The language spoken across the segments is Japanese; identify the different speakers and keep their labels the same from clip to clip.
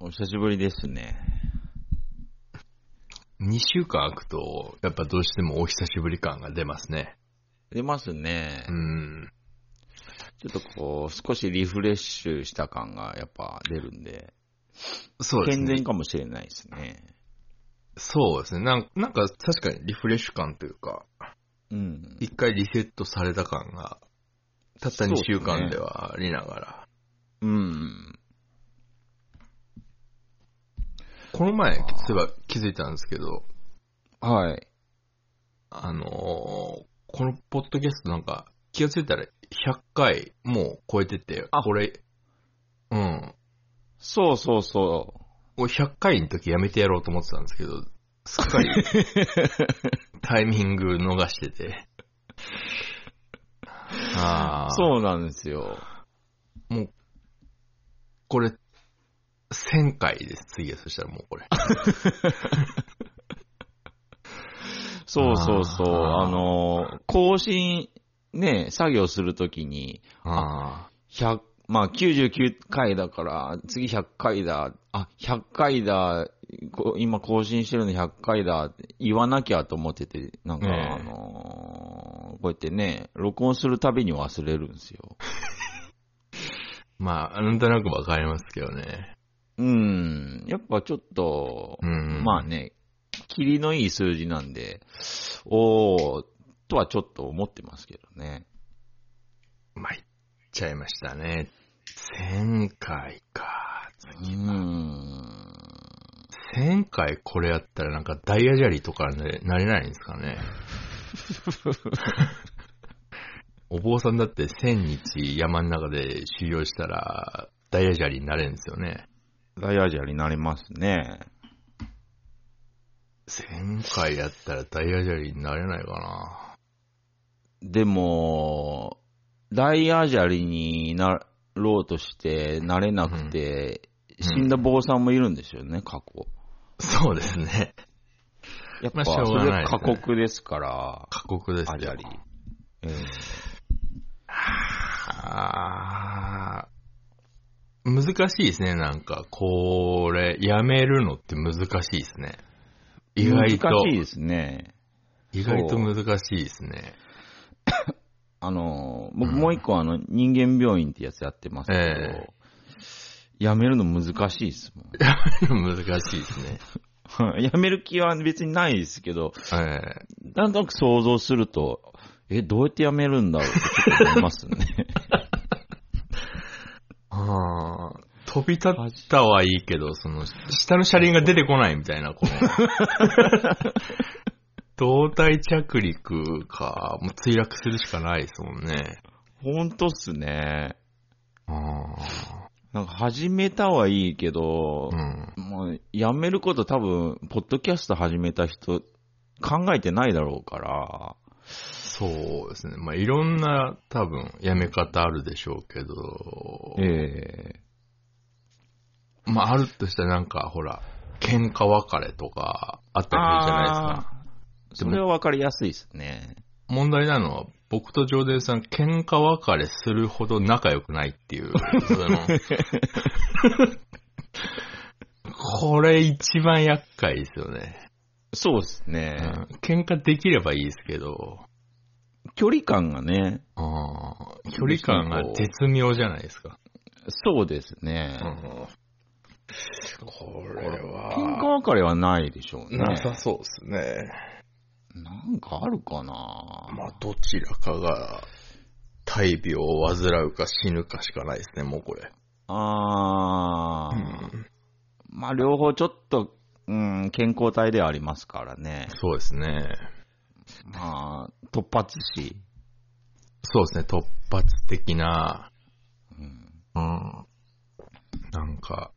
Speaker 1: お久しぶりですね。
Speaker 2: 2週間空くと、やっぱどうしてもお久しぶり感が出ますね。
Speaker 1: 出ますね
Speaker 2: う。ん。
Speaker 1: ちょっとこう、少しリフレッシュした感がやっぱ出るんで、
Speaker 2: そうです
Speaker 1: 健
Speaker 2: ね
Speaker 1: 全。かもしれないですね。
Speaker 2: そうですね。なんなんか確かにリフレッシュ感というか、
Speaker 1: うん。
Speaker 2: 一回リセットされた感が、たった2週間ではありながら。
Speaker 1: うん。
Speaker 2: この前、そういえば気づいたんですけど、
Speaker 1: はい。
Speaker 2: あのーこのポッドキャストなんか、気がついたら100回もう超えてて、
Speaker 1: あ
Speaker 2: これ、うん。
Speaker 1: そうそうそ
Speaker 2: 俺100回の時やめてやろうと思ってたんですけど、すっ かりタイミング逃してて。
Speaker 1: う。
Speaker 2: ああ。
Speaker 1: そうなんですよ。
Speaker 2: もう、これ、1000回です、次は。そしたらもうこれ。
Speaker 1: そうそうそう。
Speaker 2: あー
Speaker 1: あの、更新、ね、作業するときに、
Speaker 2: あ
Speaker 1: 100、まあ99回だから、次100回だ、あ、100回だ、こ今更新してるの100回だって言わなきゃと思ってて、なんか、
Speaker 2: ええ
Speaker 1: あのーこうやってね、録音するたびに忘れるんですよ。
Speaker 2: まあ、なんとなくわかりますけどね。
Speaker 1: うん、やっぱちょっと
Speaker 2: う、ん。
Speaker 1: まあね、霧のいい数字なんで、おー、とはちょっと思ってますけどね。
Speaker 2: 参っちゃいましたね。1000回か。
Speaker 1: うーん。
Speaker 2: 1000回これやったらなんかダイヤジャリーとかになれないんです かね。お坊さんだって1000日山の中で修行したらダイヤジャリーになれるんですよね。
Speaker 1: 大アジアになりますね。
Speaker 2: 1000回やったらダイヤジャリーになれないか
Speaker 1: でも、大アジャリになろうとして、なれなくて、
Speaker 2: うん
Speaker 1: 死んだ坊さんもいるんですよね、過去。
Speaker 2: な。そうですね。
Speaker 1: やっ
Speaker 2: ま
Speaker 1: ぱ、
Speaker 2: あしょう
Speaker 1: そ
Speaker 2: が
Speaker 1: れ
Speaker 2: な
Speaker 1: は
Speaker 2: いですね
Speaker 1: 過酷ですから、
Speaker 2: 過酷ですよ。
Speaker 1: アジャリ。ええ
Speaker 2: あー難しいですね、なんか。これ、やめるのって難しいですね。意外と
Speaker 1: 難、しいですね。
Speaker 2: 意外と難しいですね。
Speaker 1: あの、僕もう一個、あの、人間病院ってやつやってますけど、
Speaker 2: え
Speaker 1: やめるの難しいですもん。
Speaker 2: 難しいです ね。
Speaker 1: やめる気は別にないですけど、
Speaker 2: え
Speaker 1: なんとなく想像すると、え、どうやってやめるんだろうってちょっと思いますね。
Speaker 2: ーあー飛び立ったはいいけど、その、下の車輪が出てこないみたいな、 この。胴体着陸か、もう墜落するしかないですもんね。
Speaker 1: ほんとっすね。
Speaker 2: あ
Speaker 1: なんか始めたはいいけど
Speaker 2: ーう、ん。
Speaker 1: もうやめること多分、ポッドキャスト始めた人、考えてないだろうから、
Speaker 2: そうですね。まあ、いろんな多分やめ方あるでしょうけど、
Speaker 1: え
Speaker 2: まあ、あるとしたらなんかほら、喧嘩別れとかあったりするじゃないですか。
Speaker 1: えそれはわかりやすいですね。
Speaker 2: 問題なのは、僕とジョーデンさん、喧嘩別れするほど仲良くないっていう、そ の、これ一番厄介ですよね、
Speaker 1: そうですね
Speaker 2: う。ん。喧嘩できればいいですけど、
Speaker 1: 距離感がね、
Speaker 2: あー距離感が絶妙じゃないですか。
Speaker 1: そうですね。
Speaker 2: これは
Speaker 1: 喧嘩別れはないでしょうね。
Speaker 2: なさそうですね。
Speaker 1: なんかあるかな、
Speaker 2: まあ、どちらかが大病を患うか死ぬかしかないですね、もうこれ。
Speaker 1: あー、まあ両方ちょっと、うん、健康体ではありますからね。
Speaker 2: そうですね。
Speaker 1: まあ、突発し。
Speaker 2: そうですね、突発的な、
Speaker 1: うん。
Speaker 2: うん。なんか、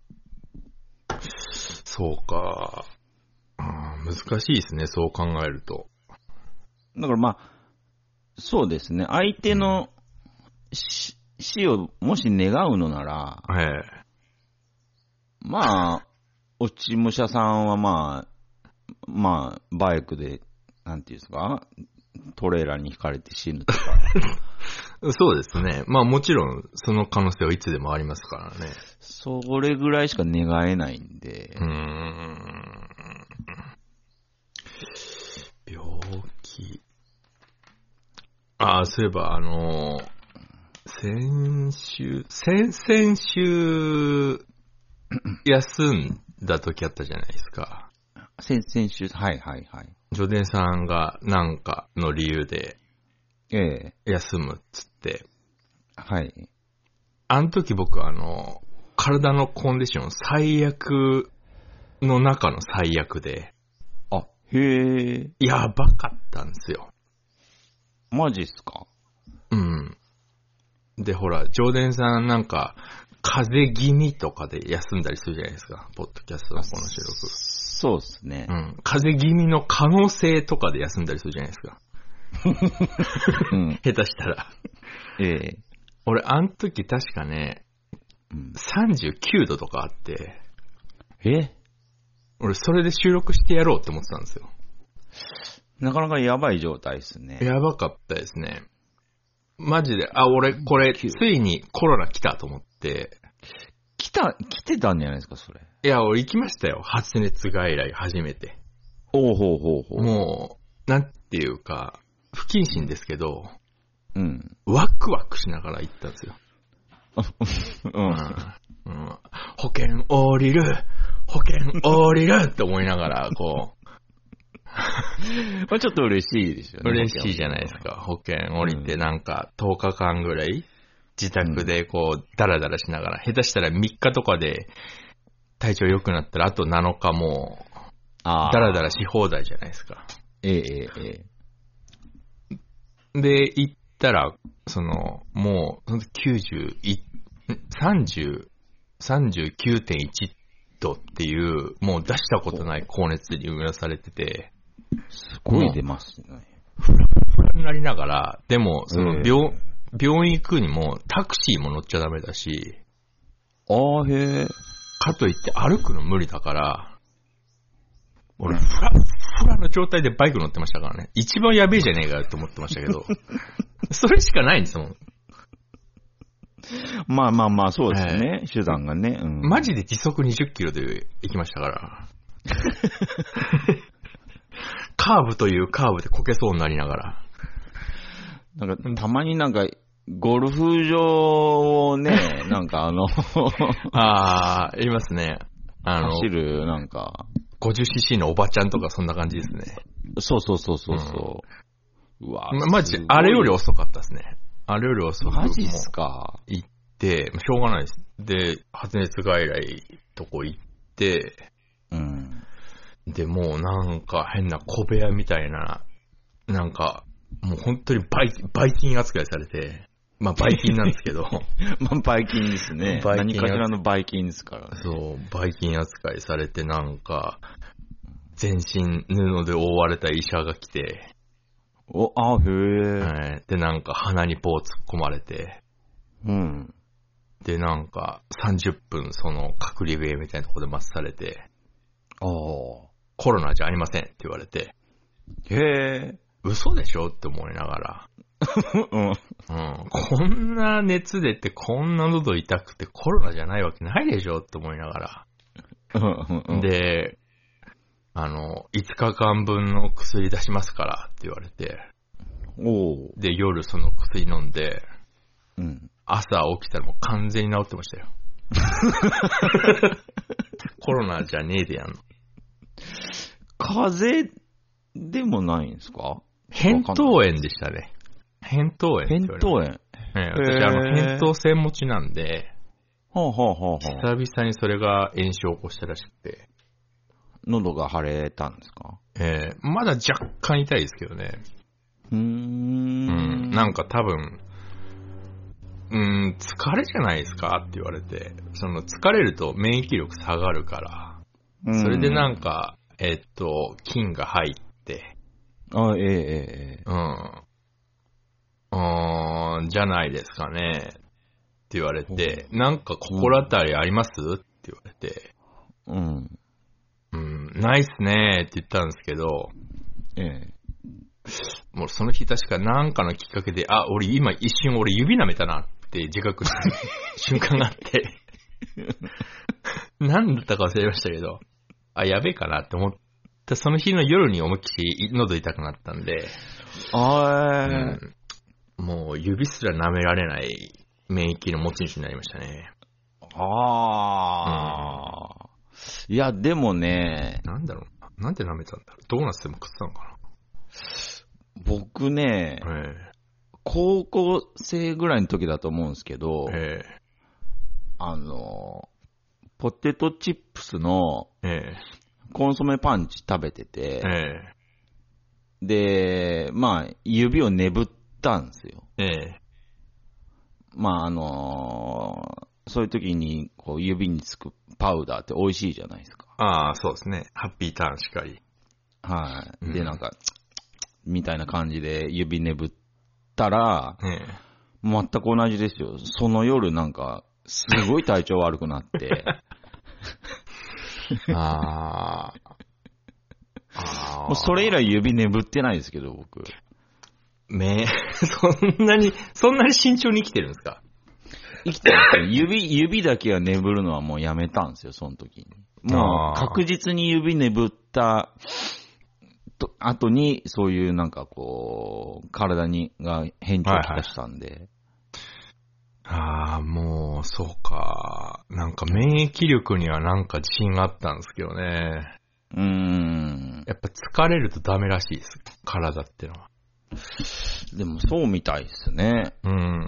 Speaker 2: そうか、うん、難しいですね、そう考えると。
Speaker 1: だからまあ、そうですね。相手の死,、死をもし願うのなら、
Speaker 2: ええ。
Speaker 1: まあ、落ち武者さんはまあ、まあ、バイクで、なんていうんですか、トレーラーに引かれて死ぬ とか。
Speaker 2: そうですね。まあもちろん、その可能性はいつでもありますからね。
Speaker 1: それぐらいしか願えないんで
Speaker 2: うー、ん。病気。ああ、そういえば、あのー先週、先々週、休んだ時あったじゃないですか。
Speaker 1: 先々週、はいはいはい。
Speaker 2: ジョデンさんがなんかの理由で
Speaker 1: ええ
Speaker 2: 休むっつって、
Speaker 1: はい。
Speaker 2: あの時僕あの、体のコンディション最悪の中の最悪で、
Speaker 1: あ、へえ、
Speaker 2: やばかったんですよ。
Speaker 1: マジっすか
Speaker 2: うん。で、ほら、ジョーデンさんなんか、風邪気味とかで休んだりするじゃないですか、ポッドキャストのこの収録。
Speaker 1: そうっすね
Speaker 2: う。ん。風邪気味の可能性とかで休んだりするじゃないですか。
Speaker 1: うん、
Speaker 2: 下手したら。
Speaker 1: ええ
Speaker 2: 俺、あの時確かね、
Speaker 1: うん
Speaker 2: 39度とかあって、
Speaker 1: え
Speaker 2: 俺それで収録してやろうって思ってたんですよ。
Speaker 1: なかなかやばい状態っすね。
Speaker 2: やばかったですね。マジで、あ、俺、これ、ついにコロナ来たと思って、
Speaker 1: 来た、来てたんじゃないですか、それ。
Speaker 2: いや、俺行きましたよ。発熱外来初めて。
Speaker 1: おうほうほうほう。
Speaker 2: もう、なんていうか、不謹慎ですけど、
Speaker 1: うん。
Speaker 2: ワクワクしながら行ったんですよ。
Speaker 1: うん。
Speaker 2: うん。うん、保険降りる保険降りるって思いながら、こ
Speaker 1: まあちょっと嬉しいですよ
Speaker 2: う、
Speaker 1: ね。
Speaker 2: 嬉しいじゃないですか。保険降りてなんか10日間ぐらい、自宅でこう、ダラダラしながら、下手したら3日とかで体調良くなったら、あと7日もう、
Speaker 1: ああ。
Speaker 2: ダラダラし放題じゃないですか。
Speaker 1: えええええ
Speaker 2: で、行ったら、その、もう、その時91、ん30、39.1度っていう、もう出したことない高熱にうなされてて、
Speaker 1: えすごい出ますね。
Speaker 2: 不安になりながら、でも、その
Speaker 1: ええ
Speaker 2: 病、病院行くにもタクシーも乗っちゃダメだし、
Speaker 1: ああ、へえ。
Speaker 2: かといって歩くの無理だから、俺、
Speaker 1: うん
Speaker 2: ふら、ふらの状態でバイク乗ってましたからね。一番やべえじゃねえかよって思ってましたけ ど、それしかないんですもん。
Speaker 1: まあまあまあ、そうですね。手段がね。うん、
Speaker 2: マジで時速20キロで行きましたから。カーブというカーブでこけそうになりながら。
Speaker 1: なんか、たまになんか、ゴルフ場を ね、なんかあの、走
Speaker 2: ああ、いますね。あの、
Speaker 1: る、なんか、
Speaker 2: 50cc のおばちゃんとかそんな感じですね。
Speaker 1: そうそうそうそうそう。うわ
Speaker 2: ま、マジ
Speaker 1: すごい
Speaker 2: あれより遅かったですね。あれより遅く
Speaker 1: マジっ
Speaker 2: もう
Speaker 1: すか。
Speaker 2: 行って、しょうがないです。で、発熱外来とこ行って、
Speaker 1: うん。
Speaker 2: で、もうなんか変な小部屋みたいな、なんか、もう本当にバイ、バイキン扱いされて、まあバイキンなんですけど、
Speaker 1: まあ、バイキンですね。
Speaker 2: バイキン
Speaker 1: 何かしらのバイキンですからね。
Speaker 2: そう、バイキン扱いされてなんか、全身布で覆われた医者が来て、
Speaker 1: お、あ、へえ、
Speaker 2: はいでなんか鼻に棒突っ込まれて、
Speaker 1: うん。
Speaker 2: でなんか30分その隔離部屋みたいなとこで待たされて、
Speaker 1: ああ。
Speaker 2: コロナじゃありませんって言われて、
Speaker 1: へえ。
Speaker 2: 嘘でしょって思いながら、
Speaker 1: うん。
Speaker 2: うんこんな熱出て、こんな喉痛くて、コロナじゃないわけないでしょって思いなが
Speaker 1: うんう
Speaker 2: ら。
Speaker 1: ん。、
Speaker 2: で、あの、5日間分の薬出しますからって言われて、
Speaker 1: おう。
Speaker 2: で、夜その薬飲んで、
Speaker 1: うん。
Speaker 2: 朝起きたらもう完全に治ってましたよ。 コロナじゃねえでやんの。
Speaker 1: 風邪でもないんですか
Speaker 2: 扁桃炎でしたね。扁桃炎って
Speaker 1: 扁
Speaker 2: 言われます。
Speaker 1: 桃炎。
Speaker 2: ええ私、あの、
Speaker 1: へえ
Speaker 2: 扁桃腺持ちなんで、
Speaker 1: はあはあはあはあ。
Speaker 2: 久々にそれが炎症を起こしたらしくて。
Speaker 1: 喉が腫れたんですか
Speaker 2: えーまだ若干痛いですけどね。
Speaker 1: うー
Speaker 2: うんん。なんか多分、うん、疲れじゃないですかって言われて、その疲れると免疫力下がるから、それでな
Speaker 1: か。
Speaker 2: んか、えっと、菌が入って、
Speaker 1: あ、えええええ
Speaker 2: うん。うーん、じゃないですかね。って言われて、なんか心当たりありますって言われて、
Speaker 1: え。うん。
Speaker 2: うん、ないっすねって言ったんですけど、
Speaker 1: ええ。
Speaker 2: もうその日確かなんかのきっかけで、あ、俺今一瞬俺指舐めたなって自覚 した瞬間があって、 なんだったか忘れましたけど、あ、やべえかなって思ったその日の夜に思いっきり喉痛くなったんで、
Speaker 1: あー、
Speaker 2: うん、もう指すら舐められない免疫の持ち主になりましたね。
Speaker 1: ああ、いや、でもね、
Speaker 2: なんだろうな。なんで舐めたんだろう。ドーナツでも食ってたのか
Speaker 1: 僕ね、
Speaker 2: な。え
Speaker 1: 高校生ぐらいの時だと思うんですけど
Speaker 2: え、え
Speaker 1: あの、ポテトチップスの
Speaker 2: ええ
Speaker 1: コンソメパンチ食べてて
Speaker 2: え、え
Speaker 1: で、まあ、指をねぶったんですよ。
Speaker 2: ええ
Speaker 1: まあ、あのそういう時にこう指につくパウダーって美味しいじゃないですか。
Speaker 2: ああ、そうですね。ハッピーターンしかり。
Speaker 1: はい。
Speaker 2: う
Speaker 1: で、
Speaker 2: ん
Speaker 1: なんか、みたいな感じで指ねぶったら、
Speaker 2: ええ
Speaker 1: 全く同じですよ。その夜なんか、すごい体調悪くな って、
Speaker 2: あーあー。
Speaker 1: もうそれ以来指ねぶってないですけど、僕。
Speaker 2: め、 そんなに、そんなに慎重に生きてるんですか
Speaker 1: 生きてますけ ど指、指だけは眠るのはもうやめたんですよ、その時に。も
Speaker 2: あ
Speaker 1: う
Speaker 2: ー
Speaker 1: 確実に指眠ったと後に、そういうなんかこう、体にが変調をきたしたんで、
Speaker 2: ああ、もう、そうか。なんか免疫力にはなんか自信があったんですけどね。
Speaker 1: うーん。
Speaker 2: やっぱ疲れるとダメらしいです。体ってのは。
Speaker 1: でもそうみたいですね。
Speaker 2: うん。
Speaker 1: うん。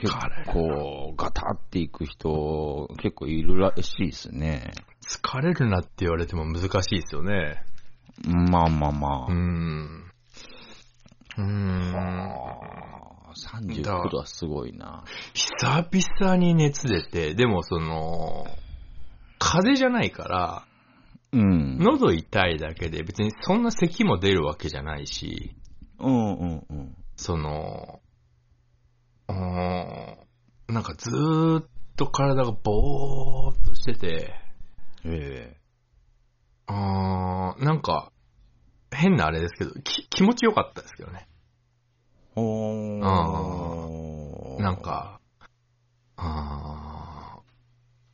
Speaker 1: 結
Speaker 2: 疲れる
Speaker 1: 構、ガタっていく人、結構いるらしいですね。
Speaker 2: 疲れるなって言われても難しいですよね。
Speaker 1: まあまあまあ。
Speaker 2: うん。うん。
Speaker 1: あー39度はすごいな。
Speaker 2: 久々に熱出て、でもその、風邪じゃないから、
Speaker 1: うん。
Speaker 2: 喉痛いだけで別にそんな咳も出るわけじゃないし、
Speaker 1: うんうんうん。
Speaker 2: その、うーん、なんかずーっと体がぼーっとしてて、
Speaker 1: え
Speaker 2: うーん、なんか、変なあれですけど、き気持ちよかったですけどね。
Speaker 1: えおー。
Speaker 2: なん。か、あ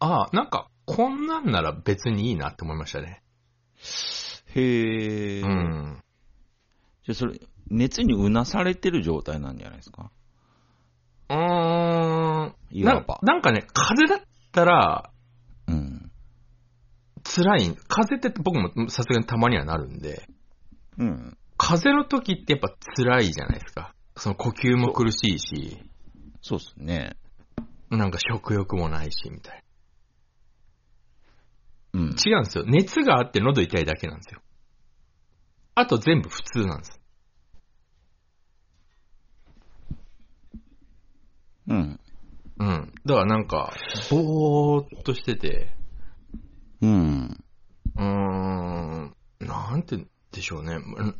Speaker 2: ーあー、なんか、こんなんなら別にいいなって思いましたね。
Speaker 1: へえ。
Speaker 2: うん。
Speaker 1: じゃあそれ、熱にうなされてる状態なんじゃないですか
Speaker 2: うーん。
Speaker 1: いわば
Speaker 2: ななんかね、風邪だったら、
Speaker 1: うん。
Speaker 2: 辛い。風邪って僕もさすがにたまにはなるんで、
Speaker 1: うん。
Speaker 2: 風邪の時ってやっぱ辛いじゃないですか。その呼吸も苦しいし、
Speaker 1: そうっすね。
Speaker 2: なんか食欲もないし、みたい
Speaker 1: うん。
Speaker 2: な。違うんですよ。熱があって喉痛いだけなんですよ。あと全部普通なんです。
Speaker 1: うん。
Speaker 2: うん。だからなんか、ぼーっとしてて、
Speaker 1: うん。
Speaker 2: うーん、なんて言うんでしょうね。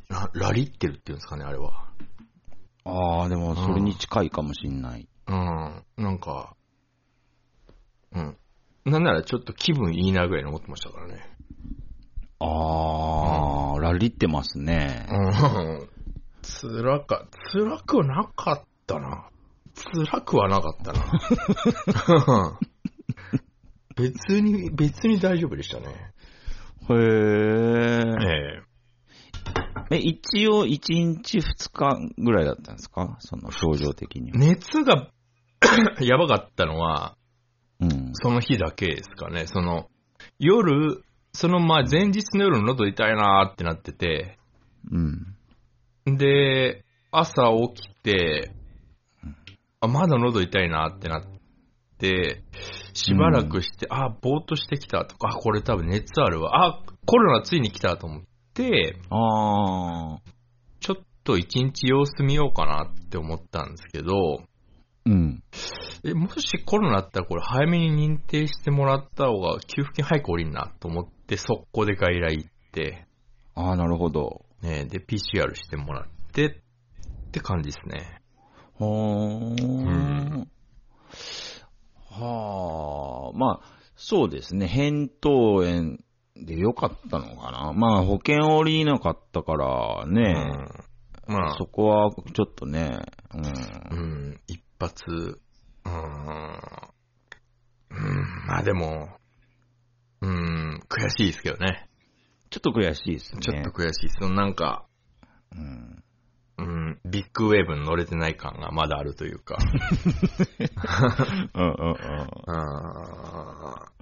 Speaker 2: ララリってるっていうんですかね、あれは。
Speaker 1: ああ、でもそれに近いかもしんない。
Speaker 2: うん、なんか、うん。なんならちょっと気分いいなぐらいに思ってましたからね。
Speaker 1: ああ、ラリってますね。
Speaker 2: うん。辛か、辛くはなかったな。辛くはなかったな。別に、別に大丈夫でしたね。
Speaker 1: へえ。
Speaker 2: ええ
Speaker 1: え、一応1日2日ぐらいだったんですかその症状的には。
Speaker 2: 熱が やばかったのは、
Speaker 1: うん。
Speaker 2: その日だけですかね。その、夜、そのまあ前日の夜喉痛いなーってなってて、
Speaker 1: うん。
Speaker 2: で、朝起きて、あ、まだ喉痛いなってなって、しばらくして、あ、ぼーっとしてきたとか、あ、これ多分熱あるわ。あ、コロナついに来たと思って、
Speaker 1: ああ。
Speaker 2: ちょっと一日様子見ようかなって思ったんですけど、
Speaker 1: うん。
Speaker 2: え、もしコロナだったらこれ早めに認定してもらった方が給付金早く降りんなと思って、速攻で外来行って、
Speaker 1: ああ、なるほど。
Speaker 2: ね、で、PCR してもらってって感じですね。
Speaker 1: ほー
Speaker 2: ん
Speaker 1: はあ。まあ、そうですね。扁桃炎でよかったのかな。まあ保険降りなかったから
Speaker 2: う
Speaker 1: ね、
Speaker 2: ん。まあ
Speaker 1: そ、こはちょっとね、うん。
Speaker 2: うん、一発、うん、うん、まあでも、うん、悔しいですけどね。
Speaker 1: ちょっと悔しいですね。
Speaker 2: ちょっと悔しい。そのなんか、
Speaker 1: うん。
Speaker 2: うん、ビッグウェーブに乗れてない感がまだあるというか。
Speaker 1: うんうんうん。
Speaker 2: あ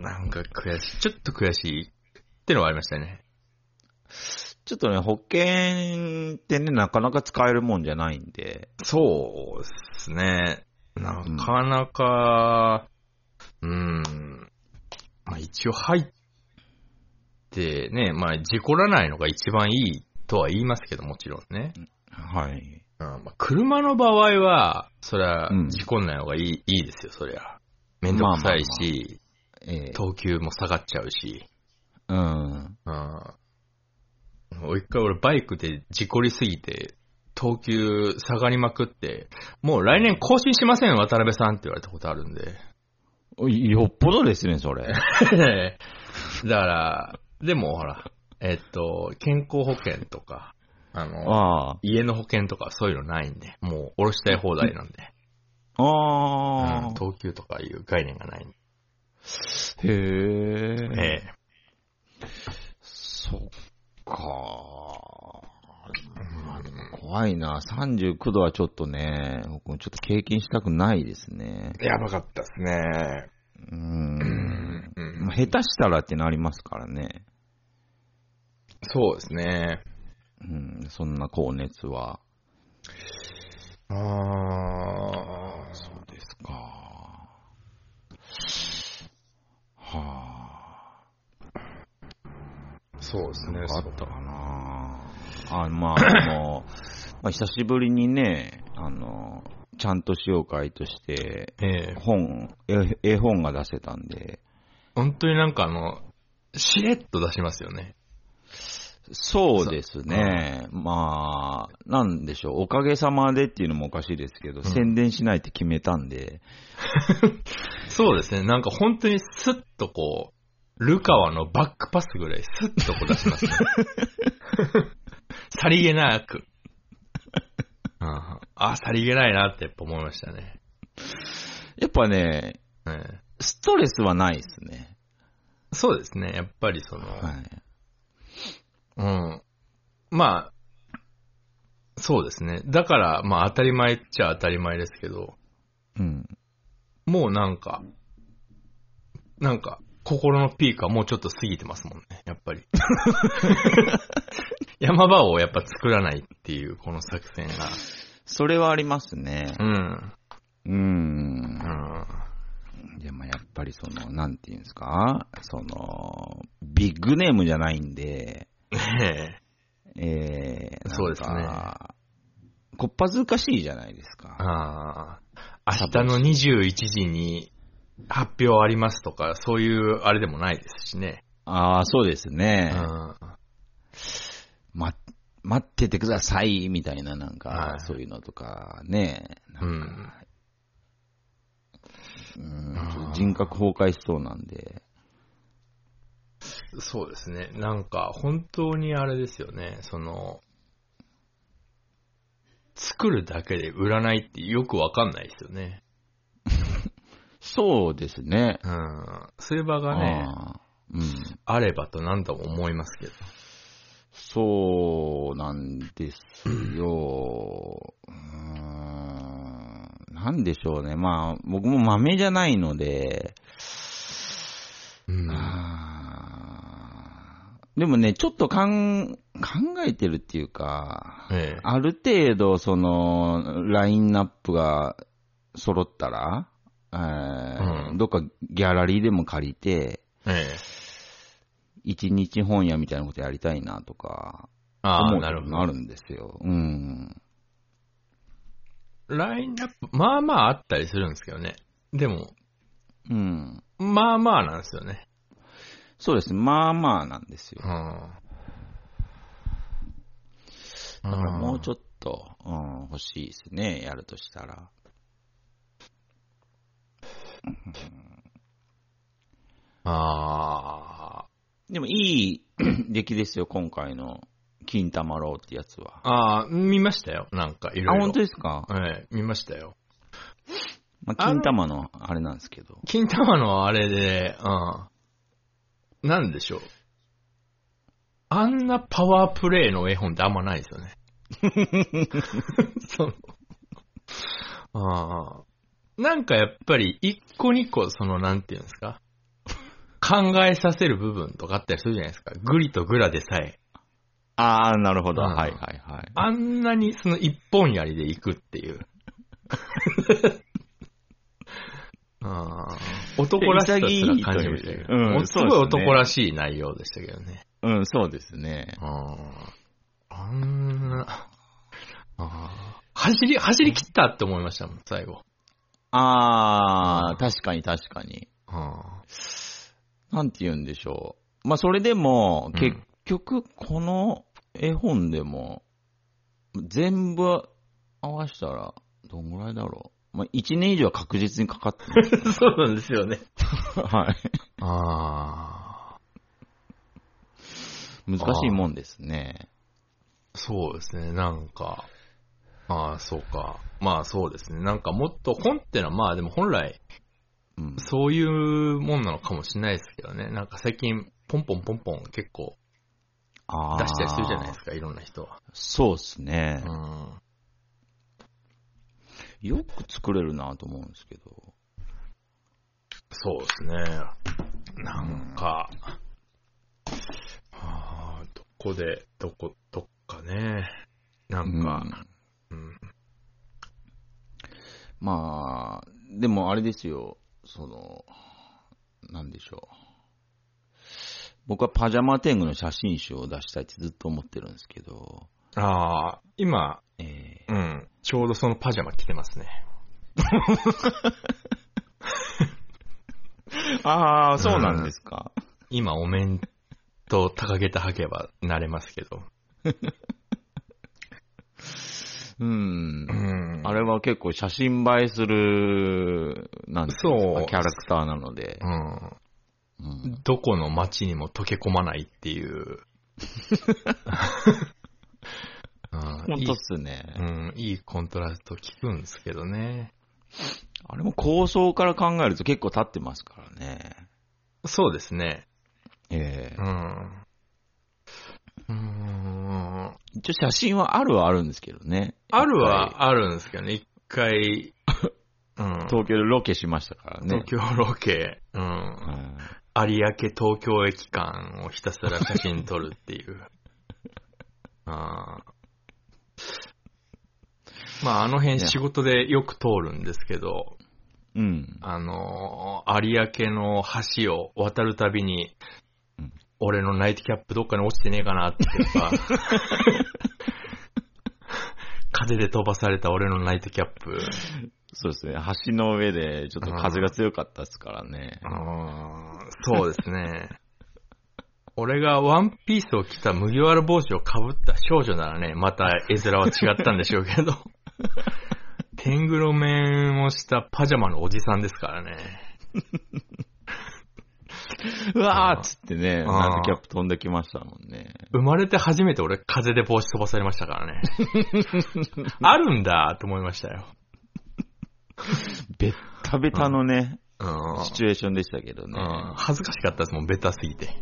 Speaker 2: ーなんか悔しい。ちょっと悔しいってのはありましたね。
Speaker 1: ちょっとね、保険ってね、なかなか使えるもんじゃないんで、
Speaker 2: そうですね。なかなか、うん、まあ一応入ってね、まあ事故らないのが一番いいとは言いますけどもちろんね。
Speaker 1: はい。
Speaker 2: うんまあ、車の場合は、そりゃ
Speaker 1: うん
Speaker 2: 事故んない方がいい,、いいですよ、そりゃ。めんどくさいし、
Speaker 1: ええ
Speaker 2: 等級も下がっちゃうし。
Speaker 1: うん。
Speaker 2: うん。もう一回俺バイクで事故りすぎて、等級下がりまくって、もう来年更新しません、渡辺さんって言われたことあるんで。
Speaker 1: よっぽどですね、そ れ。
Speaker 2: だから、でもほら、えっと、健康保険とか、あの、
Speaker 1: ああ。
Speaker 2: 家の保険とかそういうのないんで、もう下ろしたい放題なんで、
Speaker 1: ああ
Speaker 2: うん。等級とかいう概念がないんで。
Speaker 1: へえ。
Speaker 2: ええ
Speaker 1: そっか。怖いな。39度はちょっとね、僕もちょっと経験したくないですね。
Speaker 2: やばかったですね。
Speaker 1: う
Speaker 2: うん
Speaker 1: ん。
Speaker 2: うん
Speaker 1: まあ下手したらってなりますからね。
Speaker 2: そうですね。
Speaker 1: うん。そんな高熱は。
Speaker 2: ああ、
Speaker 1: そうですか。は
Speaker 2: そうです
Speaker 1: あ、な
Speaker 2: ね
Speaker 1: ん。かあったかな。あ、まあ、あの、 まあ、久しぶりにね、あの、ちゃんとしよう会として、
Speaker 2: ええ
Speaker 1: 本、絵絵本が出せたんで、
Speaker 2: 本当になんかあの、しれっと出しますよね。
Speaker 1: そうですね。まあ、なんでしょう。おかげさまでっていうのもおかしいですけど、
Speaker 2: ん
Speaker 1: 宣伝しないって決めたんで、
Speaker 2: そうですね。なんか本当にスッとこう、ルカワのバックパスぐらいスッとこう出 しますね。さりげなく。うんあ、さりげないなってやっぱ思いましたね。
Speaker 1: やっぱね、
Speaker 2: ええ
Speaker 1: ストレスはないですね。
Speaker 2: そうですね。やっぱりその、
Speaker 1: はい。
Speaker 2: うん。まあ、そうですね。だから、まあ当たり前っちゃ当たり前ですけど、
Speaker 1: うん。
Speaker 2: もうなんか、なんか、心のピークはもうちょっと過ぎてますもんね、やっぱり。山場をやっぱ作らないっていう、この作戦が。
Speaker 1: それはありますね
Speaker 2: う。ん。
Speaker 1: うん
Speaker 2: う。ん。
Speaker 1: でもやっぱりその、なんていうんですか、その、ビッグネームじゃないんで、
Speaker 2: ねえ。
Speaker 1: えー、
Speaker 2: そうですね
Speaker 1: なんか。こっぱずかしいじゃないですか。
Speaker 2: ああ。明日の21時に発表ありますとか、そういうあれでもないですしね。
Speaker 1: ああ、そうです
Speaker 2: う
Speaker 1: ね。
Speaker 2: ん。
Speaker 1: ま、待っててください、みたいな、なんか、
Speaker 2: はい
Speaker 1: そういうのとか、ね。なんか
Speaker 2: うん。
Speaker 1: うん
Speaker 2: あー
Speaker 1: ちょっと人格崩壊しそうなんで。
Speaker 2: そうですね。なんか、本当にあれですよね。その、作るだけで売らないってよくわかんないですよね。
Speaker 1: そうですね。
Speaker 2: うん。そういう場がね、
Speaker 1: あーうん。
Speaker 2: あればと何度も思いますけど。
Speaker 1: そうなんですよ。うーん。なんでしょうね。まあ、僕も豆じゃないので、
Speaker 2: うん。
Speaker 1: あーでもね、ちょっとかん考えてるっていうか、
Speaker 2: ええ。
Speaker 1: ある程度、その、ラインナップが揃ったら、えー
Speaker 2: うん
Speaker 1: どっかギャラリーでも借りて、
Speaker 2: ええ。
Speaker 1: 一日本屋みたいなことやりたいなとか、
Speaker 2: あ
Speaker 1: 思
Speaker 2: あ、
Speaker 1: う
Speaker 2: なる
Speaker 1: 時
Speaker 2: ほ
Speaker 1: もあ
Speaker 2: ど。
Speaker 1: るんですよ。うん。
Speaker 2: ラインナップ、まあまああったりするんですけどね。でも、
Speaker 1: うん。
Speaker 2: まあまあなんですよね。
Speaker 1: そうです。まあまあなんですよ
Speaker 2: う。ん。
Speaker 1: だからもうちょ
Speaker 2: っ
Speaker 1: っと、うん、欲しいですね。やるとしたら。
Speaker 2: と。ああ。
Speaker 1: でもいい 出来ですよ、今回の金玉ローってやつは。
Speaker 2: ああ、見ましたよ。なんか、いろいろ。
Speaker 1: あ、本当ですか、
Speaker 2: はい、見ましたよ。
Speaker 1: まあ、
Speaker 2: あの
Speaker 1: 金玉のあれなんですけど。
Speaker 2: 金玉のあれで、うん。なんでしょう。あんなパワープレイの絵本ってあんまないですよね。そのあーなんかやっぱり一個二個そのなんていうんですか考えさせる部分とかあったりするじゃないですか。グリとグラでさえ。
Speaker 1: ああ、なるほど。
Speaker 2: うん
Speaker 1: はいはいはい。
Speaker 2: あんなにその一本槍で行くっていう。あー男らしさすら感じましたけど、
Speaker 1: うん
Speaker 2: おすごい
Speaker 1: そうですね
Speaker 2: 男らしい内容でしたけどね。
Speaker 1: うん、そうですね。
Speaker 2: あーあんな、あー走り、走り切ったって思いましたもん、最後。
Speaker 1: ああ、確かに確かに。
Speaker 2: あ
Speaker 1: なんて言うんでしょう。まあ、それでも、
Speaker 2: うん
Speaker 1: 結局、この絵本でも、全部合わせたら、どんぐらいだろう。まあ、1年以上は確実にかかって ます。
Speaker 2: ーそうなんですよね。
Speaker 1: はい。
Speaker 2: ああ、
Speaker 1: 難しいもんですね。
Speaker 2: そうですね、なんか。ああ、そうか。まあそうですね。なんかもっと本ってのはまあでも本来
Speaker 1: うん。
Speaker 2: そういうもんなのかもしれないですけどね。なんか最近、ポンポンポンポン結構
Speaker 1: あー
Speaker 2: 出したりするじゃないですか、いろんな人は。
Speaker 1: そうですね
Speaker 2: う。ん。
Speaker 1: よく作れるなと思うんですけど。
Speaker 2: そうですね。なんか、あーどこで、どこ、どっかね。なんか、うん。
Speaker 1: まあ、でもあれですよ、その、なんでしょう。僕はパジャマ天狗の写真集を出したいってずっと思ってるんですけど、
Speaker 2: ああ、今、
Speaker 1: ええ
Speaker 2: うん。ちょうどそのパジャマ着てますね。
Speaker 1: ああ、
Speaker 2: そうなんです
Speaker 1: か。
Speaker 2: 今、お面と高げた履けば慣れますけど。
Speaker 1: うん。
Speaker 2: ん
Speaker 1: あれは結構写真映えする、なんですか、
Speaker 2: そう
Speaker 1: キャラクターなので
Speaker 2: う、ん。
Speaker 1: うん
Speaker 2: どこの街にも溶け込まないって いう。うん
Speaker 1: 本
Speaker 2: いい
Speaker 1: 当っすね。
Speaker 2: うん、いいコントラスト効くんですけどね。
Speaker 1: あれも構想から考えると結構経ってますからね。
Speaker 2: そうですね。
Speaker 1: ええ
Speaker 2: うん。うーん。
Speaker 1: 一応写真はあるはあるんですけどね。
Speaker 2: あるはあるんですけどね。一回、うん、
Speaker 1: 東京でロケしましたからね。
Speaker 2: 東京ロケ、うん、
Speaker 1: うん
Speaker 2: 有明東京駅間をひたすら写真撮るっていう。あーまあ、あの辺仕事でよく通るんですけど、
Speaker 1: うん。
Speaker 2: あのー、有明の橋を渡るたびに
Speaker 1: うん、
Speaker 2: 俺のナイトキャップどっかに落ちてねえかなって か、風で飛ばされた俺のナイトキャップ。
Speaker 1: そうですね。橋の上で、ちょっと風が強かったですからね。
Speaker 2: そうですね。俺がワンピースを着た麦わら帽子をかぶった少女ならね、また絵面は違ったんでしょうけ ど。天狗の面をしたパジャマのおじさんですからね。
Speaker 1: うわーっつってね、
Speaker 2: ん
Speaker 1: ナイトキャップ飛んできましたもんね。
Speaker 2: 生まれて初めて俺風で帽子飛ばされましたから ね。あるんだと思いましたよ。
Speaker 1: べったべたのね、
Speaker 2: うん
Speaker 1: シチュエーションでしたけどね。
Speaker 2: うん恥ずかしかったですもん、ベタすぎ て。
Speaker 1: だ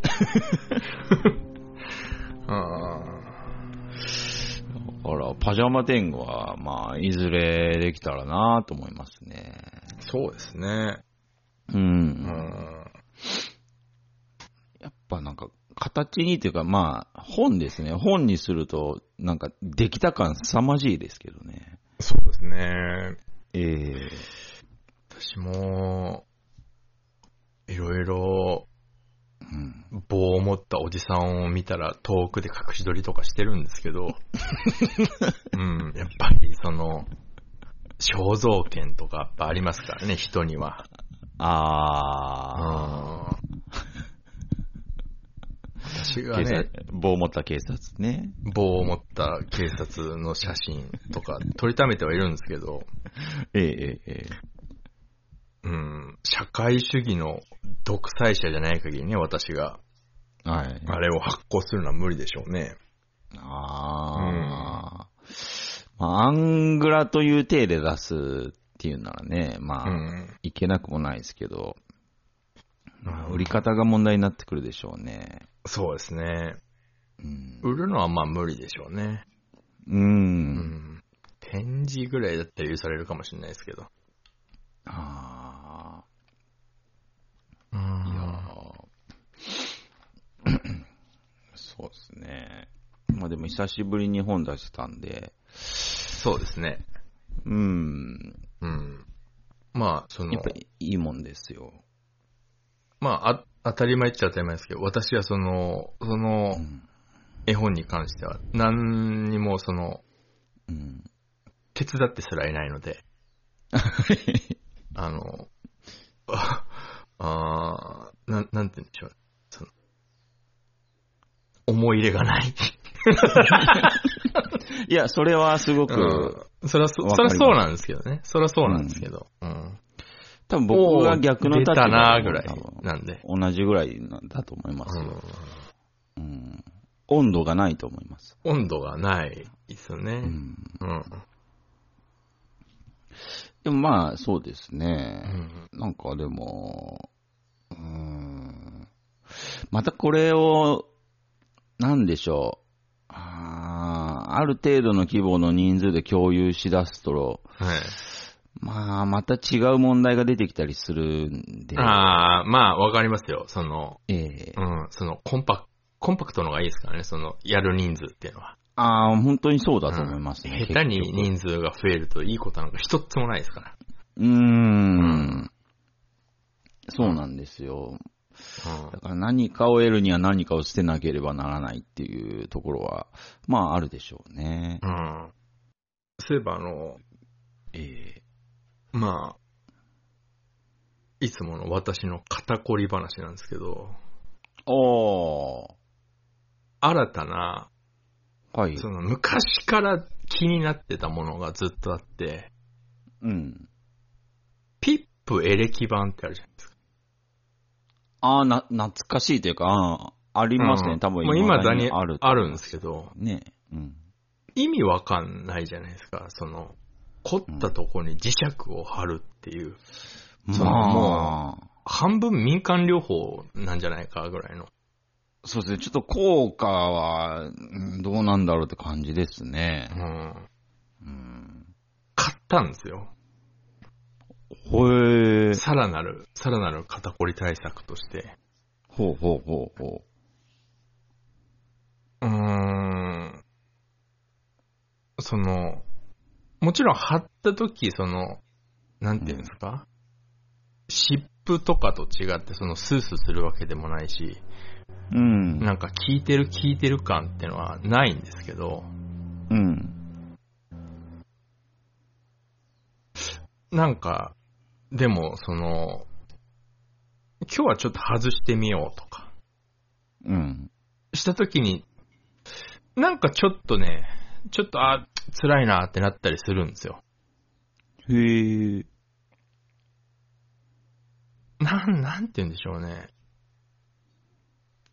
Speaker 1: から、パジャマ天狗は、まあ、いずれできたらなと思いますね。
Speaker 2: そうですね。
Speaker 1: う。
Speaker 2: うんん
Speaker 1: やっぱなんか、形にというか、まあ、本ですね。本にすると、なんか、できた感凄まじいですけどね。
Speaker 2: そうですね。
Speaker 1: ええ
Speaker 2: 私も、いろいろ
Speaker 1: うん。
Speaker 2: 棒を持ったおじさんを見たら遠くで隠し撮りとかしてるんです けど、うん、やっぱりその、肖像権とかやっぱありますからね、人には。
Speaker 1: あー。
Speaker 2: ああ。私が
Speaker 1: 警察
Speaker 2: ね、、
Speaker 1: 棒を持った警察ね。
Speaker 2: 棒を持った警察の写真とか撮りためてはいるんですけど、
Speaker 1: ええええええ。
Speaker 2: うん、社会主義の独裁者じゃない限りね、私が。
Speaker 1: はい。
Speaker 2: あれを発行するのは無理でしょうね。
Speaker 1: ああ、まあ、アングラという体で出すっていうならね、ま
Speaker 2: う
Speaker 1: あ、
Speaker 2: ん。
Speaker 1: いけなくもないですけど、まあ、売り方が問題になってくるでしょうね。
Speaker 2: そうですね。
Speaker 1: うん。
Speaker 2: 売るのはまあ無理でしょうね。
Speaker 1: う。
Speaker 2: うんん。展示ぐらいだったら許されるかもしれないですけど。
Speaker 1: あ
Speaker 2: うん。
Speaker 1: あ、い
Speaker 2: い
Speaker 1: や
Speaker 2: や
Speaker 1: ー そうですね。まあでも久しぶりに本出したんで、
Speaker 2: そうですね。
Speaker 1: うん。
Speaker 2: うん。まあ、そ
Speaker 1: やっ
Speaker 2: の
Speaker 1: ぱ、りいいもんですよ。
Speaker 2: まああ、当たり前っちゃ当たり前ですけど、私はその、その
Speaker 1: うん。
Speaker 2: 絵本に関しては、何にもその、
Speaker 1: うん。
Speaker 2: 手伝ってすらいないので、あの、 ああーなん、なんて言うんでしょう。その、思い入れがない。
Speaker 1: いや、それはすごく、
Speaker 2: うんそりゃそ、
Speaker 1: わ
Speaker 2: そ
Speaker 1: かり
Speaker 2: ら
Speaker 1: ます
Speaker 2: そうなんですけどね。そりゃそうなんですけど。うん。
Speaker 1: 多分僕が逆の
Speaker 2: 出
Speaker 1: 立場
Speaker 2: たな
Speaker 1: だ
Speaker 2: ーぐらい
Speaker 1: 多分
Speaker 2: なんで。
Speaker 1: 同じぐらいなんだと思います
Speaker 2: う
Speaker 1: よ
Speaker 2: ん。
Speaker 1: うん。温度がないと思います。
Speaker 2: 温度がないですよ
Speaker 1: う
Speaker 2: ね。
Speaker 1: ん。
Speaker 2: うん。
Speaker 1: でもまあ、そうです
Speaker 2: う
Speaker 1: ね。
Speaker 2: ん。
Speaker 1: なんかでも、うーん。またこれを、なんでしょう。あーある程度の規模の人数で共有しだすと、
Speaker 2: はい。
Speaker 1: まあ、また違う問題が出てきたりするんで。
Speaker 2: ああ、まあ、わかりますよ。その、
Speaker 1: ええ
Speaker 2: うん、その、コンパク、コンパクトのがいいですからね。その、やる人数っていうのは。
Speaker 1: ああ、本当にそうだと思います
Speaker 2: う
Speaker 1: ね。
Speaker 2: ん下手に
Speaker 1: 結局
Speaker 2: 人数が増えるといいことなんか一つもないですから。
Speaker 1: うーん。そうなんですよ。
Speaker 2: うん
Speaker 1: だから何かを得るには何かを捨てなければならないっていうところは、まああるでしょうね。
Speaker 2: うん。そういえば、あの、
Speaker 1: え
Speaker 2: まあ、いつもの私の肩こり話なんですけど、
Speaker 1: えお
Speaker 2: 新たな、
Speaker 1: ー。はい。
Speaker 2: その昔から気になってたものがずっとあって、
Speaker 1: うん。
Speaker 2: ピップエレキ版ってあるじゃないですか。
Speaker 1: ああ、な、懐かしいというか、ああ、ありますね。
Speaker 2: うん
Speaker 1: 多分
Speaker 2: もう今だ
Speaker 1: 未
Speaker 2: に
Speaker 1: あ
Speaker 2: あ
Speaker 1: る
Speaker 2: る
Speaker 1: と思い
Speaker 2: ん
Speaker 1: ま
Speaker 2: ですけど、
Speaker 1: ね。うん。
Speaker 2: 意味わかんないじゃないですか。その、凝ったとこに磁石を貼るっていう、そう
Speaker 1: ま
Speaker 2: も
Speaker 1: あ、
Speaker 2: 半分民間療法なんじゃないかぐらいの。
Speaker 1: そうですね。ちょっと効果は、うんどうなんだろうって感じですね
Speaker 2: う。ん。
Speaker 1: うん。
Speaker 2: 買ったんですよ。
Speaker 1: ほえー。
Speaker 2: さらなる、さらなる肩こり対策として。
Speaker 1: ほうほうほうほ
Speaker 2: うーん。その、もちろん貼った時、その、なんていうんですか、湿布とかと違って、そのスースーするわけでもないし、
Speaker 1: う。うん。
Speaker 2: なんか効いてる効いてる感ってのはないんですけど、
Speaker 1: うん。
Speaker 2: なんか、でも、その、今日はちょっと外してみようとか、
Speaker 1: うん。
Speaker 2: した時に、なんかちょっとね、ちょっと、あ、辛いなってなったりするんですよ。
Speaker 1: へえ。
Speaker 2: なん、なんて言うんでしょうね。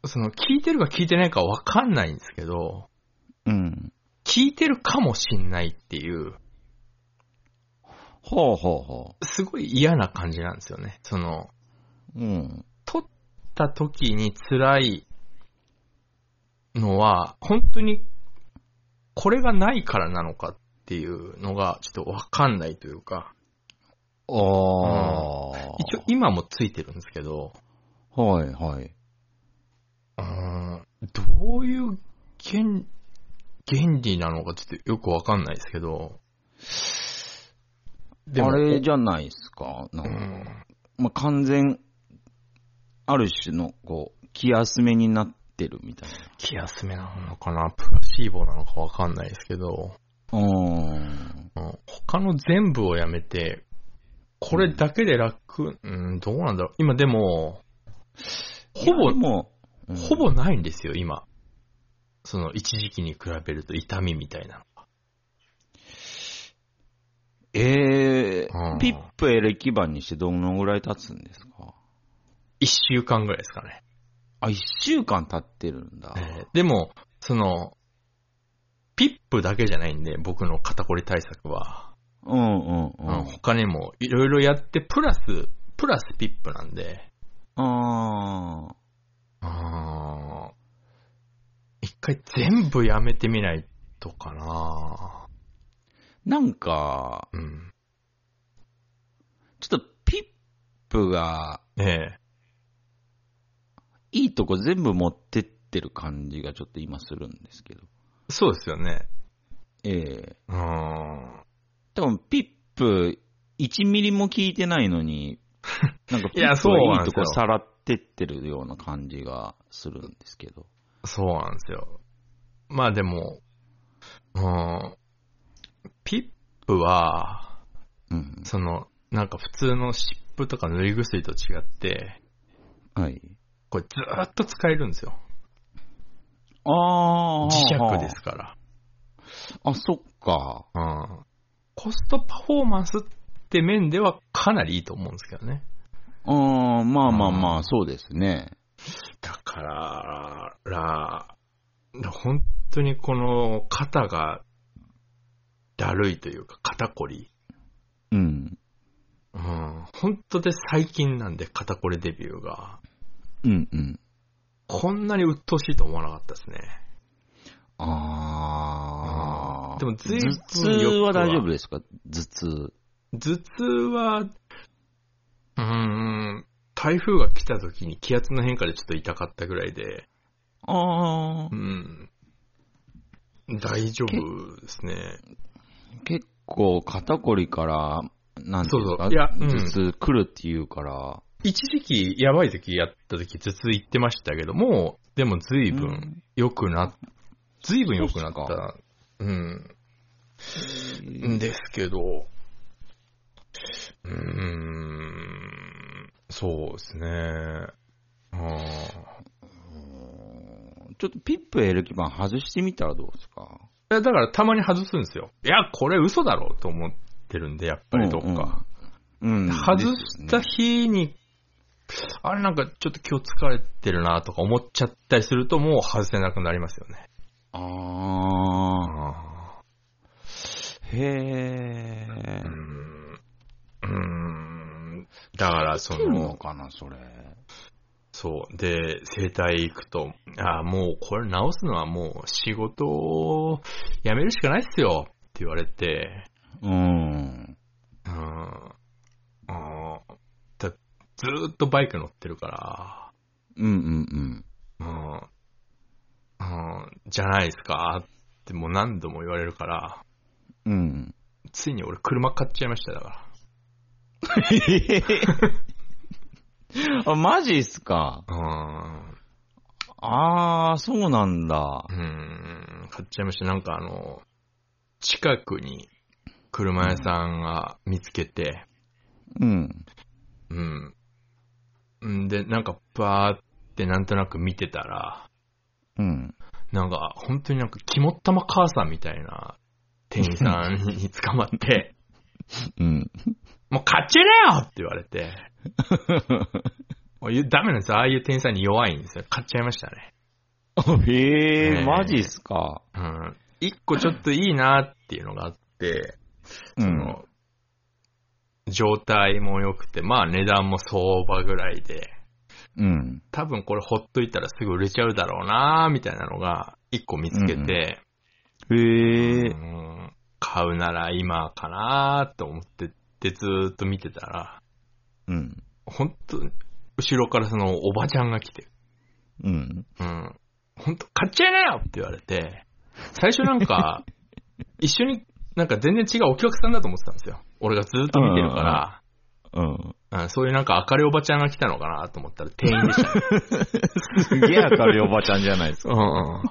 Speaker 2: その、聞いてるか聞いてないかわかんないんですけど、
Speaker 1: うん。
Speaker 2: 聞いてるかもしんないっていう、
Speaker 1: ほうほうほ
Speaker 2: すごい嫌な感じなんですよね。その、
Speaker 1: う。うん。
Speaker 2: 撮った時に辛いのは、本当にこれがないからなのかっていうのがちょっとわかんないというか、
Speaker 1: ああ。
Speaker 2: 一応今もついてるんですけど、
Speaker 1: はいはい。
Speaker 2: うーんどういう原原理なのかちょっとよくわかんないですけど、で
Speaker 1: あれじゃないですか。な
Speaker 2: う
Speaker 1: か、
Speaker 2: んん
Speaker 1: まあ、完全、ある種の、こう、気休めになってるみたい
Speaker 2: 気休めなのかな、プラシーボなのかわかんないですけど、
Speaker 1: な。うん。
Speaker 2: うん他の全部をやめて、これだけで楽、うん、どうなんだろう。今でも、ほぼ、
Speaker 1: もう、うん
Speaker 2: ほ、ぼないんですよ、今。その、一時期に比べると痛みみたいな
Speaker 1: ええ
Speaker 2: うん
Speaker 1: ピップエレキ版にしてどのぐらい経つんですか
Speaker 2: 一週間ぐらいですかね。
Speaker 1: あ、一週間経ってるんだ。
Speaker 2: えーでも、その、ピップだけじゃないんで、僕の肩こり対策は。
Speaker 1: うんうんう
Speaker 2: あの
Speaker 1: ん。
Speaker 2: 他にもいろいろやって、プラス、プラスピップなんで、
Speaker 1: ああ。
Speaker 2: あー一回全部やめてみないとかな
Speaker 1: なんか、
Speaker 2: うん。
Speaker 1: ちょっとピップが、
Speaker 2: ええ
Speaker 1: いいとこ全部持ってってる感じがちょっと今するんですけど。
Speaker 2: そうですよね。
Speaker 1: ええ
Speaker 2: うーん。
Speaker 1: 多分ピップ1ミリも効いてないのに、 なんかピ
Speaker 2: い
Speaker 1: ッ
Speaker 2: や
Speaker 1: プ
Speaker 2: そう
Speaker 1: は
Speaker 2: ないん
Speaker 1: いと
Speaker 2: ですよ
Speaker 1: こさらってってるような感じがするんですけど。
Speaker 2: そうなんですよ。まあでも、うーん。ピップは、
Speaker 1: うん。
Speaker 2: その、なんか普通の湿布とか塗り薬と違って、
Speaker 1: はい。
Speaker 2: これずーっと使えるんですよ。
Speaker 1: ああ。
Speaker 2: 磁石ですから。
Speaker 1: あ、そっか。
Speaker 2: うん。コストパフォーマンスって面ではかなりいいと思うんですけどね。
Speaker 1: あーまあまあま
Speaker 2: う
Speaker 1: あ、
Speaker 2: ん
Speaker 1: そうですね。
Speaker 2: だから、ら、本当にこの肩がだるいというか肩こり。
Speaker 1: うん。
Speaker 2: うん。本当で最近なんで肩こりデビューが。
Speaker 1: うんうん。
Speaker 2: こんなに鬱陶しいと思わなかったですね。
Speaker 1: ああ。
Speaker 2: でも随分
Speaker 1: 頭痛は大丈夫ですか頭痛。
Speaker 2: 頭痛は、うーん、台風が来た時に気圧の変化でちょっと痛かったぐらいで、
Speaker 1: あ
Speaker 2: う
Speaker 1: あ。
Speaker 2: ん、大丈夫ですね。
Speaker 1: 結構肩こりから、なんていうんですか
Speaker 2: そうそういやうん
Speaker 1: 頭痛来るっていうから。
Speaker 2: 一時期、やばい時やった時、頭痛いってましたけども、でも随
Speaker 1: う
Speaker 2: 分
Speaker 1: ん
Speaker 2: 良くな、随分良くなっ、
Speaker 1: そうった
Speaker 2: うん、んですけど、うーん、そうですね。うん
Speaker 1: ちょっとピップエレキバン外してみたらどうですか
Speaker 2: いやだからたまに外すんですよ。いや、これ嘘だろうと思ってるんで、やっぱりどっか。
Speaker 1: うん。
Speaker 2: 外した
Speaker 1: です
Speaker 2: 日に、あれなんかちょっと今日疲れてるなとか思っちゃったりするともう外せなくなりますよね。
Speaker 1: よね。ああ。
Speaker 2: あ
Speaker 1: へえ
Speaker 2: ーう。ん。うーん。だからそ
Speaker 1: 来るの
Speaker 2: の、
Speaker 1: かな、それ。
Speaker 2: そう。で、整体行くと、ああ、もうこれ直すのはもう仕事を辞めるしかないっすよって言われて、
Speaker 1: うん。
Speaker 2: うん。うんだずーっとバイク乗ってるか
Speaker 1: うんうんうん。
Speaker 2: ら、うん。うん、じゃないですかってもう何度も言われるから、
Speaker 1: うん。
Speaker 2: ついに俺車買っちゃいました、だか。
Speaker 1: あ、マジっすからあー、そうなんだ
Speaker 2: う。ん。うん、買っちゃいました。なんかあの、近くに車屋さんが見つけて、
Speaker 1: うん。
Speaker 2: うん。んで、なんかバーってなんとなく見てたら、
Speaker 1: うん。
Speaker 2: なんか、本当になんか、肝っ玉母さんみたいな店員さんに捕 まって、
Speaker 1: うん。
Speaker 2: もう買っちゃえなよって言われて、もうダメなんですよ。ああいう店員さんに弱いんですよ。買っちゃいましたね。
Speaker 1: へ
Speaker 2: ね
Speaker 1: え、
Speaker 2: え
Speaker 1: マジっすか
Speaker 2: うん。一個ちょっといいなっていうのがあって、
Speaker 1: う
Speaker 2: そ
Speaker 1: ん。
Speaker 2: の、状態も良くて、まあ値段も相場ぐらいで、
Speaker 1: うん。
Speaker 2: 多分これほっといたらすぐ売れちゃうだろうなみたいなのが、一個見つけて、
Speaker 1: へえ
Speaker 2: う。ん買うなら今かなと思ってってずーっと見てたら、
Speaker 1: うん。
Speaker 2: 本当後ろからそのおばちゃんが来て、
Speaker 1: うん。
Speaker 2: うん。本当買っちゃいなよって言われて、最初なん か、一緒に、なんか全然違うお客さんだと思ってたんですよ。俺がずーっと見てるから、
Speaker 1: うん。
Speaker 2: うんそういうなんか明るいおばちゃんが来たのかなと思ったら店員でした、ね。
Speaker 1: すげえ明るいおばちゃんじゃないですか。
Speaker 2: うんうん。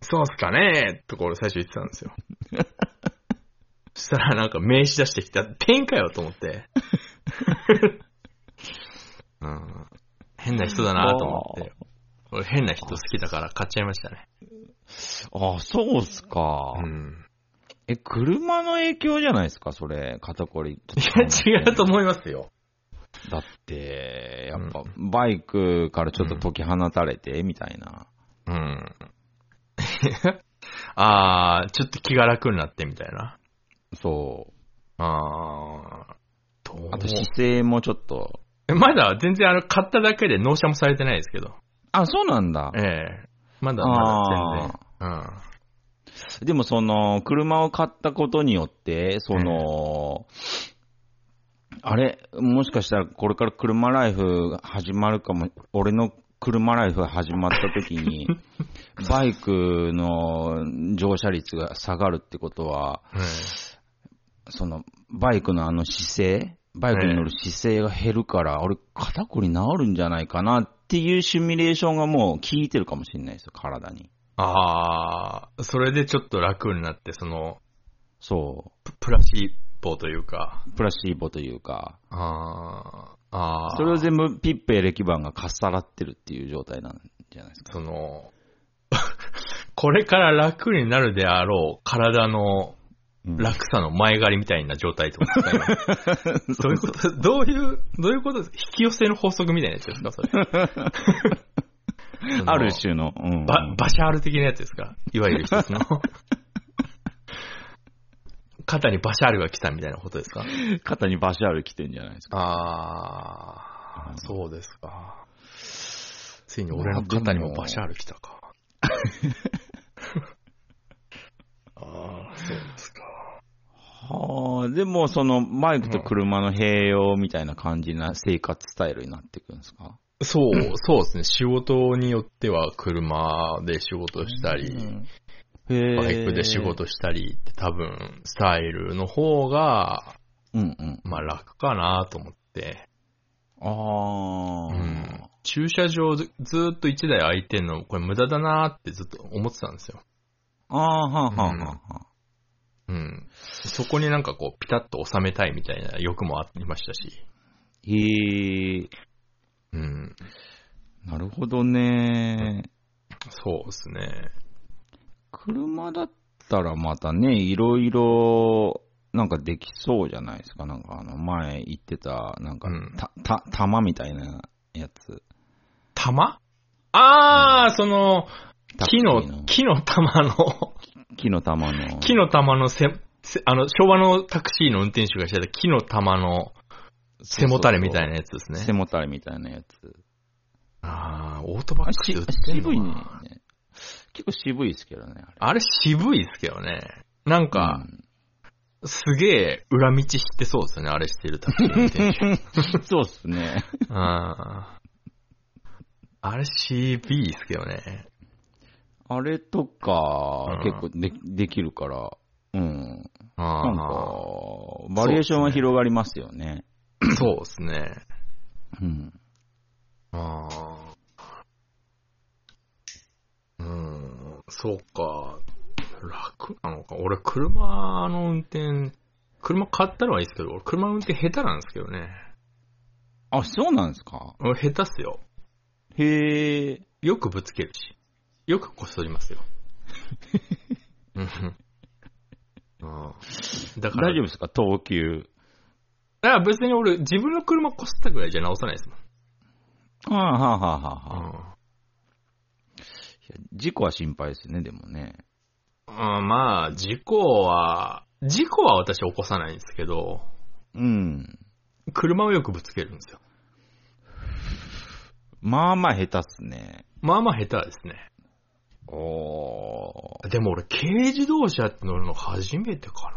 Speaker 2: そうっすかねとか俺最初言ってたんですよ。 そしたらなんか名刺出してきた。天かよと思って。 うん、変な人だなと思って。俺変な人好きだから買っちゃいましたね。
Speaker 1: あ、そうっすか。
Speaker 2: うん、
Speaker 1: え、車の影響じゃないですか、それ。肩こり。
Speaker 2: いや、違うと思いますよ。
Speaker 1: だって、やっぱ、バイクからちょっと解き放たれて、みたいな。
Speaker 2: うん。 ああ、ちょっと気が楽になってみたいな。
Speaker 1: そう。
Speaker 2: ああ、どう
Speaker 1: あと姿勢もちょっと。
Speaker 2: えまだ全然あの、買っただけで納車もされてないですけど。
Speaker 1: あ、そうなんだ。
Speaker 2: ええまだまだ
Speaker 1: でもその、車を買ったことによって、その、あれ、もしかしたらこれから車ライフが始まるかも、俺の車ライフが始まった時に、バイクの乗車率が下がるってことは、
Speaker 2: 全然。うん。え
Speaker 1: その、バイクのあの姿勢、バイクに乗る姿勢が減るから、俺肩こり治るんじゃないかなっていうシミュレーションがもう効いてるかもしれないですよ、体に。
Speaker 2: えああ、それでちょっと楽になって、その、
Speaker 1: そ
Speaker 2: ププラシーボというか。
Speaker 1: う。プラシーボというか。
Speaker 2: ああ、ああ。
Speaker 1: それを全部ピッペレキバンがかっさらってるっていう状態なんじゃないですか。
Speaker 2: その、 これから楽になるであろう体の楽さの前借りみたいな状態ってことですか、 今どういうことどういう、どういうことです引き寄せの法則みたいなやつです かそれ。その
Speaker 1: ある種の、うん
Speaker 2: バ、バシャール的なやつですかいわゆる一 つの。肩にバシャールが来たみたいなことですか
Speaker 1: 肩にバシャール来てんじゃないですか。
Speaker 2: あー、そうですか。ついに俺の肩にもバシャール来たか。あー、そうですか。
Speaker 1: はあ、でもそのバイクと車の併用みたいな感じな生活スタイルになってくるんですか、
Speaker 2: そう、そうですね。仕事によっては車で仕事したり、
Speaker 1: へえ
Speaker 2: バイクで仕。事したりって多分、スタイルの方が、
Speaker 1: うんうん。
Speaker 2: まあ楽かなと思って。
Speaker 1: ああ、
Speaker 2: うん駐車場ずずーっと1台空いてんの、これ無駄だなーってずっと思ってたんですよ。
Speaker 1: ああ、はあはあはあはあ。
Speaker 2: うん。そこになんかこう、ピタッと収めたいみたいな欲もありましたし。
Speaker 1: へえ、
Speaker 2: うん。
Speaker 1: なるほどね。
Speaker 2: そうですね。
Speaker 1: 車だったらまたね、いろいろ、なんかできそうじゃないですか。なんかあの、前言ってた、なんか
Speaker 2: うん、
Speaker 1: た、た、玉みたいなやつ。
Speaker 2: 玉あー、その、
Speaker 1: タクシ
Speaker 2: 木
Speaker 1: ー
Speaker 2: の、木の玉の、
Speaker 1: 木の玉の。
Speaker 2: 木の玉のせ、せあの、昭和のタクシーの運転手がしてた木の玉の背もたれみたいなやつですね。
Speaker 1: 背もたれみたいなやつ。
Speaker 2: あー、オートバッ
Speaker 1: あ
Speaker 2: ク
Speaker 1: し
Speaker 2: ス売ってんの
Speaker 1: 渋い
Speaker 2: か
Speaker 1: ね
Speaker 2: な。
Speaker 1: 結構渋いですけどね、あれ。
Speaker 2: あれ渋いですけどね。なんか、すげえ裏道知ってそうですよね、あれしてるタクシーの運 転手。
Speaker 1: うんそうっすね。
Speaker 2: ああれ CB ですけどね。
Speaker 1: あれとか、
Speaker 2: うん
Speaker 1: 結構でできるから、うん。なんか
Speaker 2: ああ、、
Speaker 1: バリエーションは広がりますよね。
Speaker 2: そうですね。
Speaker 1: うん。
Speaker 2: ああ。うん、そうか。楽なのか。俺、車の運転、車買ったのはいいですけど、俺、車の運転下手なんですけどね。
Speaker 1: あ、そうなんですか
Speaker 2: 俺、下手っすよ。
Speaker 1: へえ。
Speaker 2: よくぶつけるし。よくこそり ますよ。うんああだから
Speaker 1: 大丈夫ですか等級。
Speaker 2: だから別に俺、自分の車こすったぐらいじゃ直さないですもん。
Speaker 1: ああ、はあ、はあ、はあ。
Speaker 2: あ
Speaker 1: いや事故は心配ですね、でもね。
Speaker 2: あまあ、事故は、事故は私起こさないんですけど、
Speaker 1: うん。
Speaker 2: 車をよくぶつけるんですよ。
Speaker 1: まあまあ下手っすね。
Speaker 2: まあまあ下手ですね。
Speaker 1: おー。
Speaker 2: でも俺、軽自動車って乗るの初めてか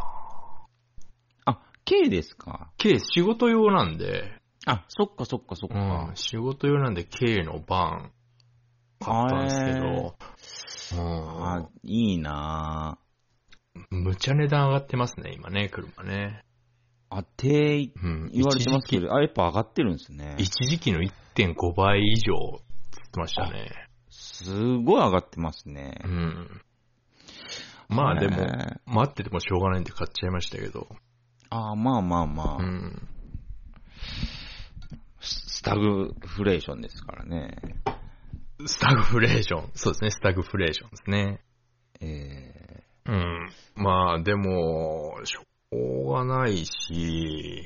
Speaker 2: な。
Speaker 1: あ、K ですか
Speaker 2: 軽、仕事用なんで、
Speaker 1: あ、そっかそっかそっ
Speaker 2: う
Speaker 1: か
Speaker 2: ん、。仕事用なんで軽のバン買ったんですけど、うん
Speaker 1: あ、いいなぁ。
Speaker 2: むちゃ値段上がってますね、今ね、車ね。
Speaker 1: あ、て
Speaker 2: うん、
Speaker 1: 言われてます
Speaker 2: 一時
Speaker 1: け
Speaker 2: 期
Speaker 1: ど、あ、やっぱ上がってるんですね。
Speaker 2: 一時期の1.5倍以上、つってましたね。
Speaker 1: すごい上がってますね。
Speaker 2: うん。まあでも、
Speaker 1: ね
Speaker 2: 待っててもしょうがないんで買っちゃいましたけど。
Speaker 1: あ、まあまあまあ、
Speaker 2: うん。
Speaker 1: ススタグフレーションですからね。
Speaker 2: スタグフレーション。そうですね、スタグフレーションですね。
Speaker 1: え
Speaker 2: うん。まあでも、しょうがないし、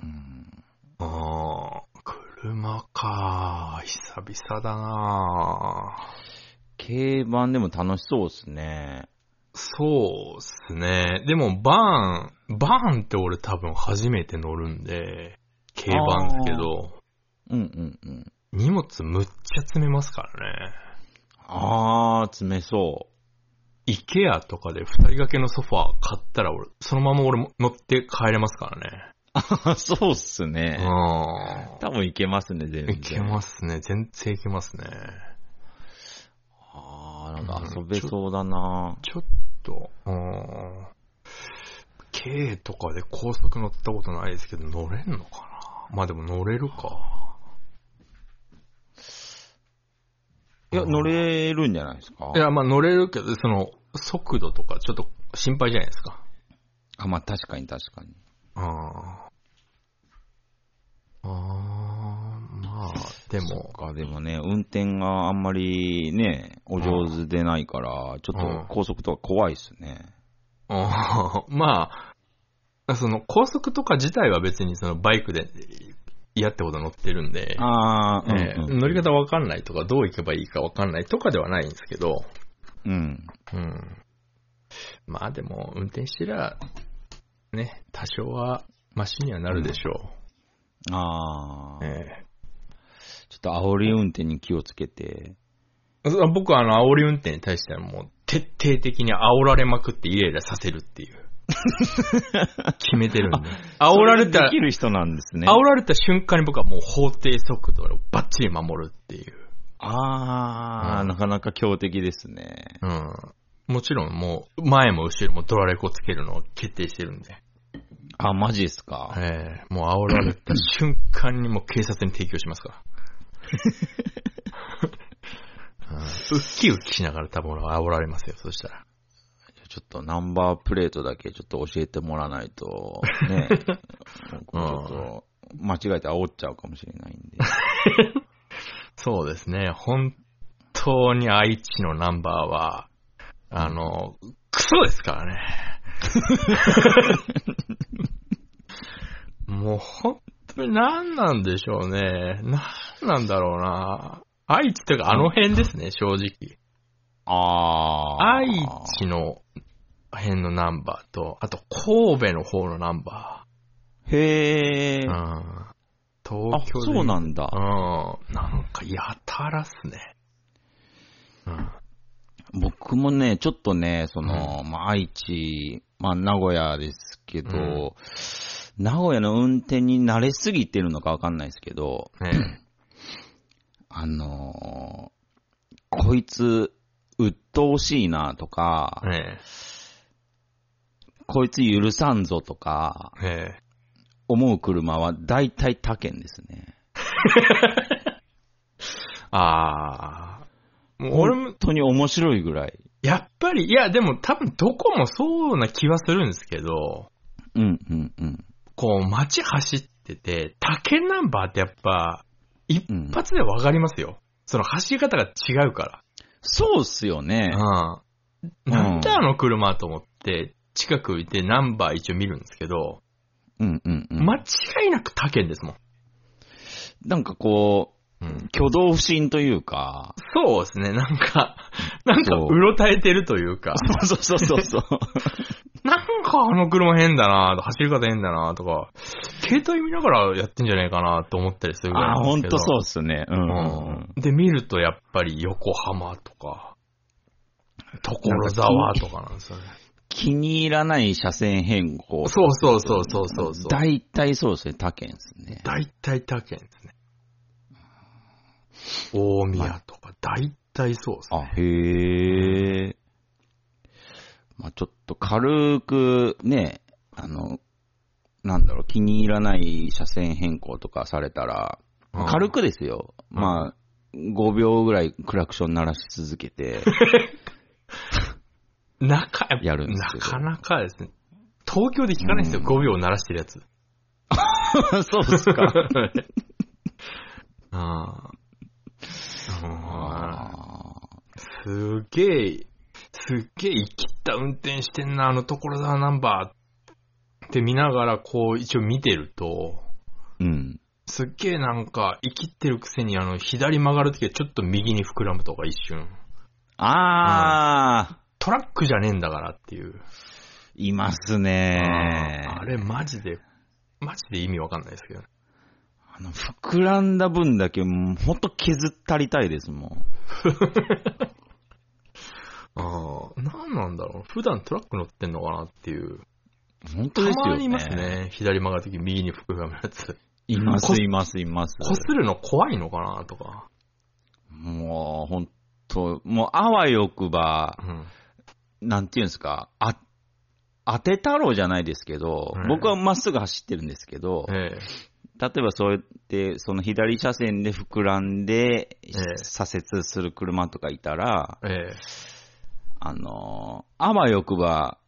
Speaker 1: ーうん
Speaker 2: ああ、車か。久々だな。
Speaker 1: 軽バンでも楽しそうですね。
Speaker 2: そうっすね。でも、バーン、バーンって俺多分初めて乗るんで、軽バンだけど、
Speaker 1: うんうんうん。
Speaker 2: 荷物むっちゃ詰めますからね。
Speaker 1: あー、詰めそ
Speaker 2: イケアとかで二人掛けのソファー買ったら俺、そのまま俺も乗って帰れますから
Speaker 1: う。 そうっすね。
Speaker 2: ね。
Speaker 1: 多分いけますね、全
Speaker 2: うん。
Speaker 1: 然。
Speaker 2: いけますね。全然いけますね。
Speaker 1: あー、なんか遊べそうだな、
Speaker 2: ちょっと、うん。軽とかで高速乗ったことないですけど、乗れんのかなまあでも乗れるか。
Speaker 1: いや、乗れるんじゃないですか
Speaker 2: いや、まあ乗れるけど、その、速度とかちょっと心配じゃないですか。
Speaker 1: あ、まあ確かに確かに。
Speaker 2: ああ。ああ、 まあ、でも、
Speaker 1: そっかでもね、運転があんまりね、お上手でないから、ちょ
Speaker 2: うん
Speaker 1: っと高速とか怖いっすね。
Speaker 2: あーまあ、その高速とか自体は別にそのバイクで嫌ってほど乗ってるんで、
Speaker 1: あー、
Speaker 2: えー
Speaker 1: うん、うん。
Speaker 2: 乗り方わかんないとか、どう行けばいいかわかんないとかではないんですけど、
Speaker 1: うん。
Speaker 2: うん。まあでも、運転してりゃ、ね、多少はマシにはなるでしょ
Speaker 1: あ
Speaker 2: う。
Speaker 1: ー、
Speaker 2: え
Speaker 1: ちょっと煽り運転に気をつけて。
Speaker 2: え僕はあの、煽り運転に対してはもう、徹底的に煽られまくってイライラさせるって いう。決めてるんで。煽られ
Speaker 1: そ
Speaker 2: たら
Speaker 1: でき、る人なんですね。
Speaker 2: 煽られた瞬間に僕はもう法定速度をバッチリ守るっていう。
Speaker 1: あー、
Speaker 2: うん
Speaker 1: なかなか強敵ですね。
Speaker 2: うん。もちろんもう、前も後ろもドラレコつけるのを決定してるんで。
Speaker 1: あ、マジですか。
Speaker 2: ええもう煽られた瞬間にもう警察に提供します から。うん、ウッキウキしながら多分俺は煽られますよ、そしたら。
Speaker 1: ちょっとナンバープレートだけちょっと教えてもらわないと、 ね。僕ちょっと、間違えて煽っちゃうかもしれないんで。
Speaker 2: そうですね、本当に愛知のナンバーは、あの、クソですか らね。もう本当に何なんでしょうね。何なんだろうな。愛知というかあの辺ですね、正直。
Speaker 1: あー。
Speaker 2: 愛知の辺のナンバーと、あと神戸の方のナンバ
Speaker 1: へ
Speaker 2: ー。
Speaker 1: ー。
Speaker 2: うん。
Speaker 1: あ
Speaker 2: 東、京で。
Speaker 1: そうなんんだ
Speaker 2: う。ん。なんか、やたらっすね。うん。
Speaker 1: 僕もね、ちょっとね、その、まあ、愛知、まあ、名古屋ですけど、
Speaker 2: うん
Speaker 1: 名古屋の運転に慣れすぎてるのかわかんないですけど、
Speaker 2: ね
Speaker 1: あのーこいつ、鬱陶しいなとか
Speaker 2: え。、ね
Speaker 1: こいつ許さんぞとか、
Speaker 2: え。ねえ。
Speaker 1: 思う車は大体他県ですね。
Speaker 2: あー。もう俺も
Speaker 1: 本、当に面白いぐらい。
Speaker 2: やっぱり、いや、でも多分どこもそうな気はするんですけど、
Speaker 1: うん、うん、うん。
Speaker 2: こう街走ってて、他県ナンバーってやっぱ、一
Speaker 1: うん
Speaker 2: 発でわかりますよ。その走り方が違うから。
Speaker 1: そうっすよね。
Speaker 2: うん。なんだあの車と思って、近くいてナンバー一応見るんですけど、
Speaker 1: うん、うん、うん。
Speaker 2: 間違いなく他県ですもん。
Speaker 1: なんかこう、挙動不審というか、
Speaker 2: そうですね、なんか、なんか
Speaker 1: そう
Speaker 2: うろたえてるというか、
Speaker 1: そうそうそうそう。
Speaker 2: なんかあの車変だなと走り方変だなとか、携帯見ながらやってんじゃないかなと思ったりするぐら
Speaker 1: あ
Speaker 2: い な
Speaker 1: あ、
Speaker 2: ん
Speaker 1: ほ
Speaker 2: で
Speaker 1: ん
Speaker 2: すけど。
Speaker 1: とそうっすね。うん。
Speaker 2: うん。で、見るとやっぱり横浜とか、所沢とかなんですよね。
Speaker 1: 気に入らない車線変更。
Speaker 2: そうそうそうそうそうそう。
Speaker 1: 大体そうですね、他県ですね。
Speaker 2: 大体他県ですね。大宮とか、大体そうです
Speaker 1: あ、
Speaker 2: ね。
Speaker 1: へえ。まあちょっと軽くね、あの、なんだろう、気に入らない車線変更とかされたら、
Speaker 2: うん
Speaker 1: 軽くですよ。
Speaker 2: うん
Speaker 1: まあ、5秒ぐらいクラクション鳴らし続けて、
Speaker 2: なか、
Speaker 1: やるんですけ
Speaker 2: な
Speaker 1: ど
Speaker 2: かなかですね。東京で聞かないですよ、
Speaker 1: うん
Speaker 2: 5秒鳴らしてるやつ。
Speaker 1: そうっすか。
Speaker 2: ああ。
Speaker 1: あー
Speaker 2: すげえ、すげえ生きった運転してんな、あの所沢ナンバーって見ながら、こう、一応見てると、
Speaker 1: うん。
Speaker 2: すっげえなんか、生きってるくせにあの、左曲がるときはちょっと右に膨らむとか一瞬。
Speaker 1: あ
Speaker 2: トラックじゃねえんだからっていう。
Speaker 1: ー、いますね
Speaker 2: あーあれマジで、マジで意味わかんないですけどね。
Speaker 1: あの、膨らんだ分だけ、もうほんと削ったりたいですもん。
Speaker 2: ああ、なんなんだろう。普段トラック乗ってんのかなっていう。
Speaker 1: 本
Speaker 2: た
Speaker 1: 当ですよね。
Speaker 2: まにいます。ね。左曲がるとき右に膨らむやつ。
Speaker 1: いま
Speaker 2: こ
Speaker 1: す、います、います。
Speaker 2: 擦るの怖いのかなとか。
Speaker 1: もう、本当もう、あわよくば、
Speaker 2: うん。
Speaker 1: なんていうんですか、あ、当て太郎じゃないですけど、
Speaker 2: うん
Speaker 1: 僕はまっすぐ走ってるんですけど、
Speaker 2: ええ。
Speaker 1: 例えばそうやって、その左車線で膨らんで、
Speaker 2: え
Speaker 1: 左折する車とかいたら、
Speaker 2: ええ。
Speaker 1: あのーあわよくば、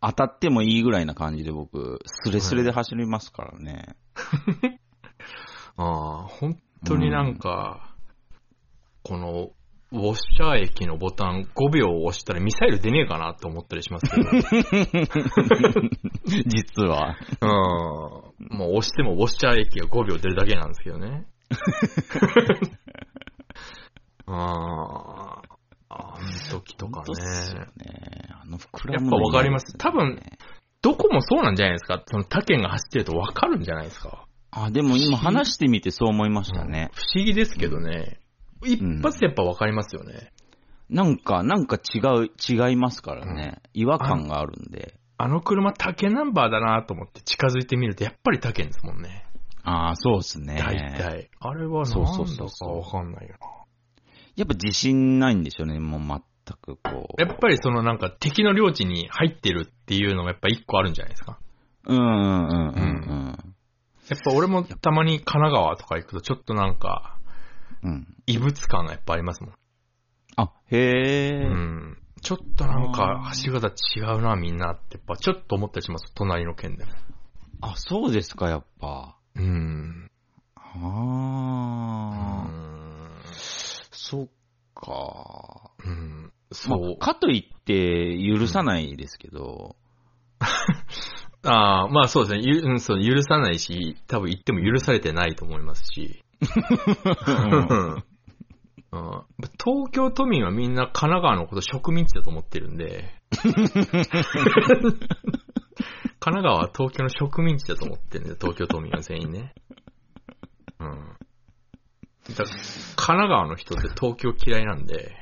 Speaker 1: 当たってもいいぐらいな感じで僕、スレスレで走りますからね。
Speaker 2: ああ、本当になんか、この、ウォッシャー液のボタン5秒を押したらミサイル出ねえかなと思ったりしますけど。
Speaker 1: 実は。
Speaker 2: うん。もう押してもウォッシャー液が5秒出るだけなんですけどね。 あーあの時とか
Speaker 1: 本当っすよ
Speaker 2: ね。
Speaker 1: ねあの膨
Speaker 2: や
Speaker 1: ら
Speaker 2: っ
Speaker 1: む
Speaker 2: ぱ
Speaker 1: の
Speaker 2: わかります。多
Speaker 1: ね
Speaker 2: 分、どこもそうなんじゃないですか。その他県が走ってるとわかるんじゃないですか。
Speaker 1: あ、でも今話してみてそう思いましたね。
Speaker 2: 不思議ですけどね。一発でやっぱわかりますよね。
Speaker 1: なんか、なんか違う、違いますからね。違和感があるんで。
Speaker 2: あの車他県ナンバーだなと思って近づいてみるとやっぱり他県ですもんね。
Speaker 1: ああー、そうですね。
Speaker 2: 大体。あれは
Speaker 1: そうそ
Speaker 2: な
Speaker 1: うんそ
Speaker 2: だ
Speaker 1: う
Speaker 2: か
Speaker 1: そう
Speaker 2: わかんないよな。
Speaker 1: やっぱ自信ないんでしょうね、もう全くこう。
Speaker 2: やっぱりそのなんか敵の領地に入ってるっていうのがやっぱ一個あるんじゃないですか。
Speaker 1: うんうんうんうん
Speaker 2: やっぱ俺もたまに神奈川とか行くとちょっとなんか
Speaker 1: うん。うん。
Speaker 2: 異物感がやっぱありますもん。
Speaker 1: あ、へえ、
Speaker 2: うん。ちょっとなんか
Speaker 1: あー
Speaker 2: 走り方違うなみんなってやっぱちょっと思ったりします。隣の県でも。
Speaker 1: あ、そうですか、やっぱ。
Speaker 2: うん。う
Speaker 1: ああ、
Speaker 2: ん。
Speaker 1: そっか。
Speaker 2: うん。
Speaker 1: ま
Speaker 2: そう
Speaker 1: あ、。かといって許さないですけど、
Speaker 2: ああ、まあそうですね。ゆうんそう許さないし、多分言っても許されてないと思いますし。うん東京都民はみんな神奈川のこと植民地だと思ってるんで。神奈川は東京の植民地だと思ってるんで、東京都民は全員ね。うん。だから神奈川の人って東京嫌いなんで、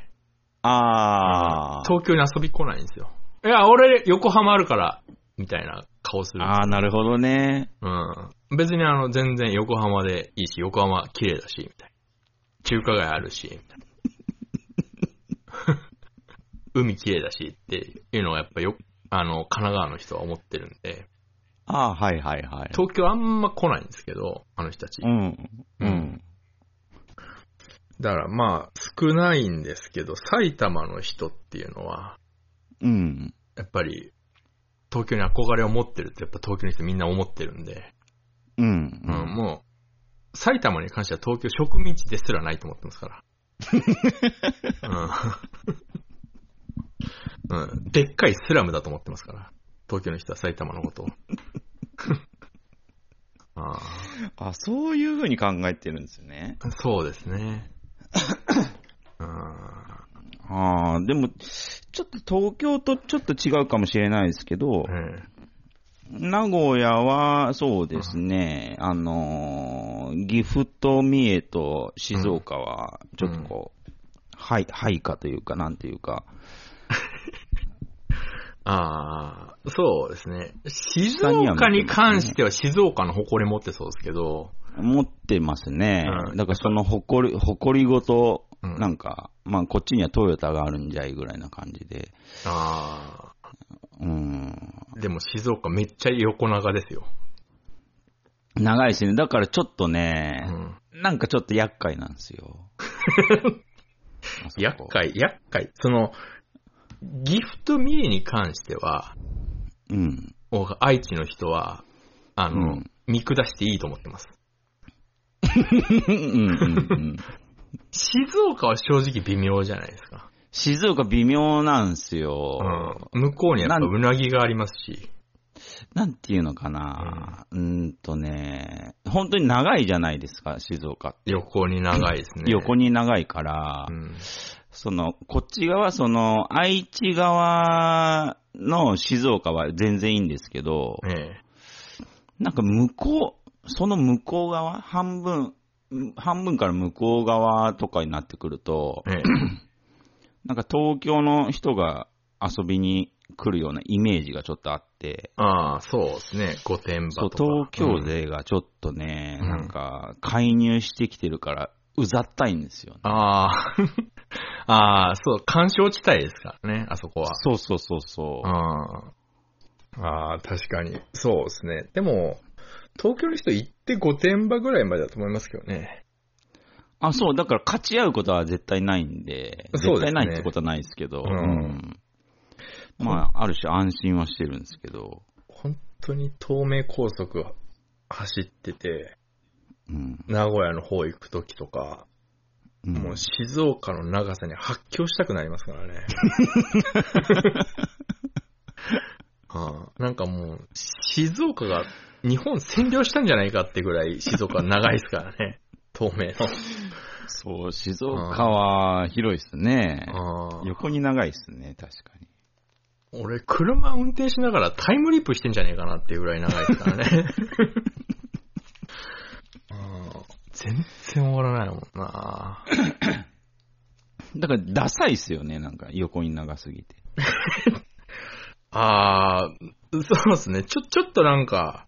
Speaker 1: ああ、
Speaker 2: 東京に遊び来ないんですよ。いや、俺横浜あるから、みたいな顔するんですよ
Speaker 1: ああ、なるほどね。
Speaker 2: うん。別にあの、全然横浜でいいし、横浜綺麗だし、みたいな。中華街あるし、みたいな。 海綺麗だしっていうのはやっぱよ、あの、神奈川の人は思ってるんで、
Speaker 1: ああ、はいはいはい。
Speaker 2: 東京あんま来ないんですけど、あの人たち
Speaker 1: う。ん。うん。
Speaker 2: だからまあ、少ないんですけど、埼玉の人っていうのは、
Speaker 1: うん。
Speaker 2: やっぱり、東京に憧れを持ってるってやっぱ東京の人みんな思ってるんで、
Speaker 1: うん。
Speaker 2: うん、もう、埼玉に関しては東京植民地ですらないと思ってますから。うん。うん。でっかいスラムだと思ってますから。東京の人は埼玉のことを。 あ
Speaker 1: あ、そういうふうに考えてるんですね。
Speaker 2: あそうですね。うん。
Speaker 1: ああ、でも、ちょっと東京とちょっと違うかもしれないですけど、
Speaker 2: え
Speaker 1: 名古屋はそうですね、あのー岐阜と三重と静岡は、ちょっとこう、はい、はいかというか、なんていうか、
Speaker 2: えああ、そうですね。静岡に関しては静岡の誇り持ってそうですけど、
Speaker 1: 持ってますね。
Speaker 2: うん
Speaker 1: だからその誇り、誇りごと、
Speaker 2: うん
Speaker 1: なんか、まあこっちにはトヨタがあるんじゃいぐらいな感じで、
Speaker 2: あ
Speaker 1: うん、
Speaker 2: あ、でも静岡めっちゃ横長ですよ。
Speaker 1: 長いですね。だからちょっと
Speaker 2: う
Speaker 1: ね、
Speaker 2: ん。
Speaker 1: なんかちょっと厄介なんですよ。あそこ
Speaker 2: 厄介、厄介。その、ギフトミレに関しては、
Speaker 1: うん。
Speaker 2: お愛知の人は、あの、
Speaker 1: うん
Speaker 2: 見下していいと思ってます。
Speaker 1: うんうん うん
Speaker 2: 静岡は正直微妙じゃないですか。
Speaker 1: 静岡微妙なんですよ。
Speaker 2: うん向こうにやっぱ
Speaker 1: なん
Speaker 2: うなぎがありますし。
Speaker 1: なんていうのかな、うーんとね、本当に長いじゃないですか、静岡って。
Speaker 2: 横に長いですね。
Speaker 1: 横
Speaker 2: に。
Speaker 1: に長いから、
Speaker 2: うん。
Speaker 1: その、こっち側、その、愛知側の静岡は全然いいんですけど、
Speaker 2: え
Speaker 1: なんか向こう、その向こう側、半分、うん半分から向こう側とかになってくると
Speaker 2: え。、ええ。
Speaker 1: なんか東京の人が遊びに来るようなイメージがちょっとあって、
Speaker 2: ああ、そうですね。御殿
Speaker 1: そ
Speaker 2: 場
Speaker 1: う、
Speaker 2: とか。
Speaker 1: 東京勢がちょっとね、
Speaker 2: うん
Speaker 1: なんか介入してきてるから、うざったいんですよね。
Speaker 2: ああ、 ああ、そう、干渉地帯ですからね、あそこは。
Speaker 1: そうそうそうそうう。
Speaker 2: ん。ああ、確かに。そうですね。でも、東京の人行って御殿場ぐらいまでだと思いますけどね。
Speaker 1: あ、そう、だから勝ち合うことは絶対ないんで、
Speaker 2: そう
Speaker 1: 絶
Speaker 2: で
Speaker 1: 対
Speaker 2: すね
Speaker 1: ないってことはないですけど、
Speaker 2: うん
Speaker 1: んまあ、ある種安心はしてるんですけど、
Speaker 2: 本当に東名高速走ってて、
Speaker 1: うん。
Speaker 2: 名古屋の方行くときとか、
Speaker 1: うん
Speaker 2: もう静岡の長さに発狂したくなりますからね。はあ、なんかもう、静岡が日本占領したんじゃないかってぐらい静岡は長いですからね。東名
Speaker 1: そう、静岡は広いですね。
Speaker 2: の。ああ
Speaker 1: 横に長いですね、確かに。
Speaker 2: 俺、車運転しながらタイムリープしてんじゃねえかなっていうぐらい長いですからね。ああ全然終わらないもんな。
Speaker 1: だから、ダサいっすよね、なんか、横に長すぎて。
Speaker 2: ああ、そうですね。ちょ、ちょっとなんか、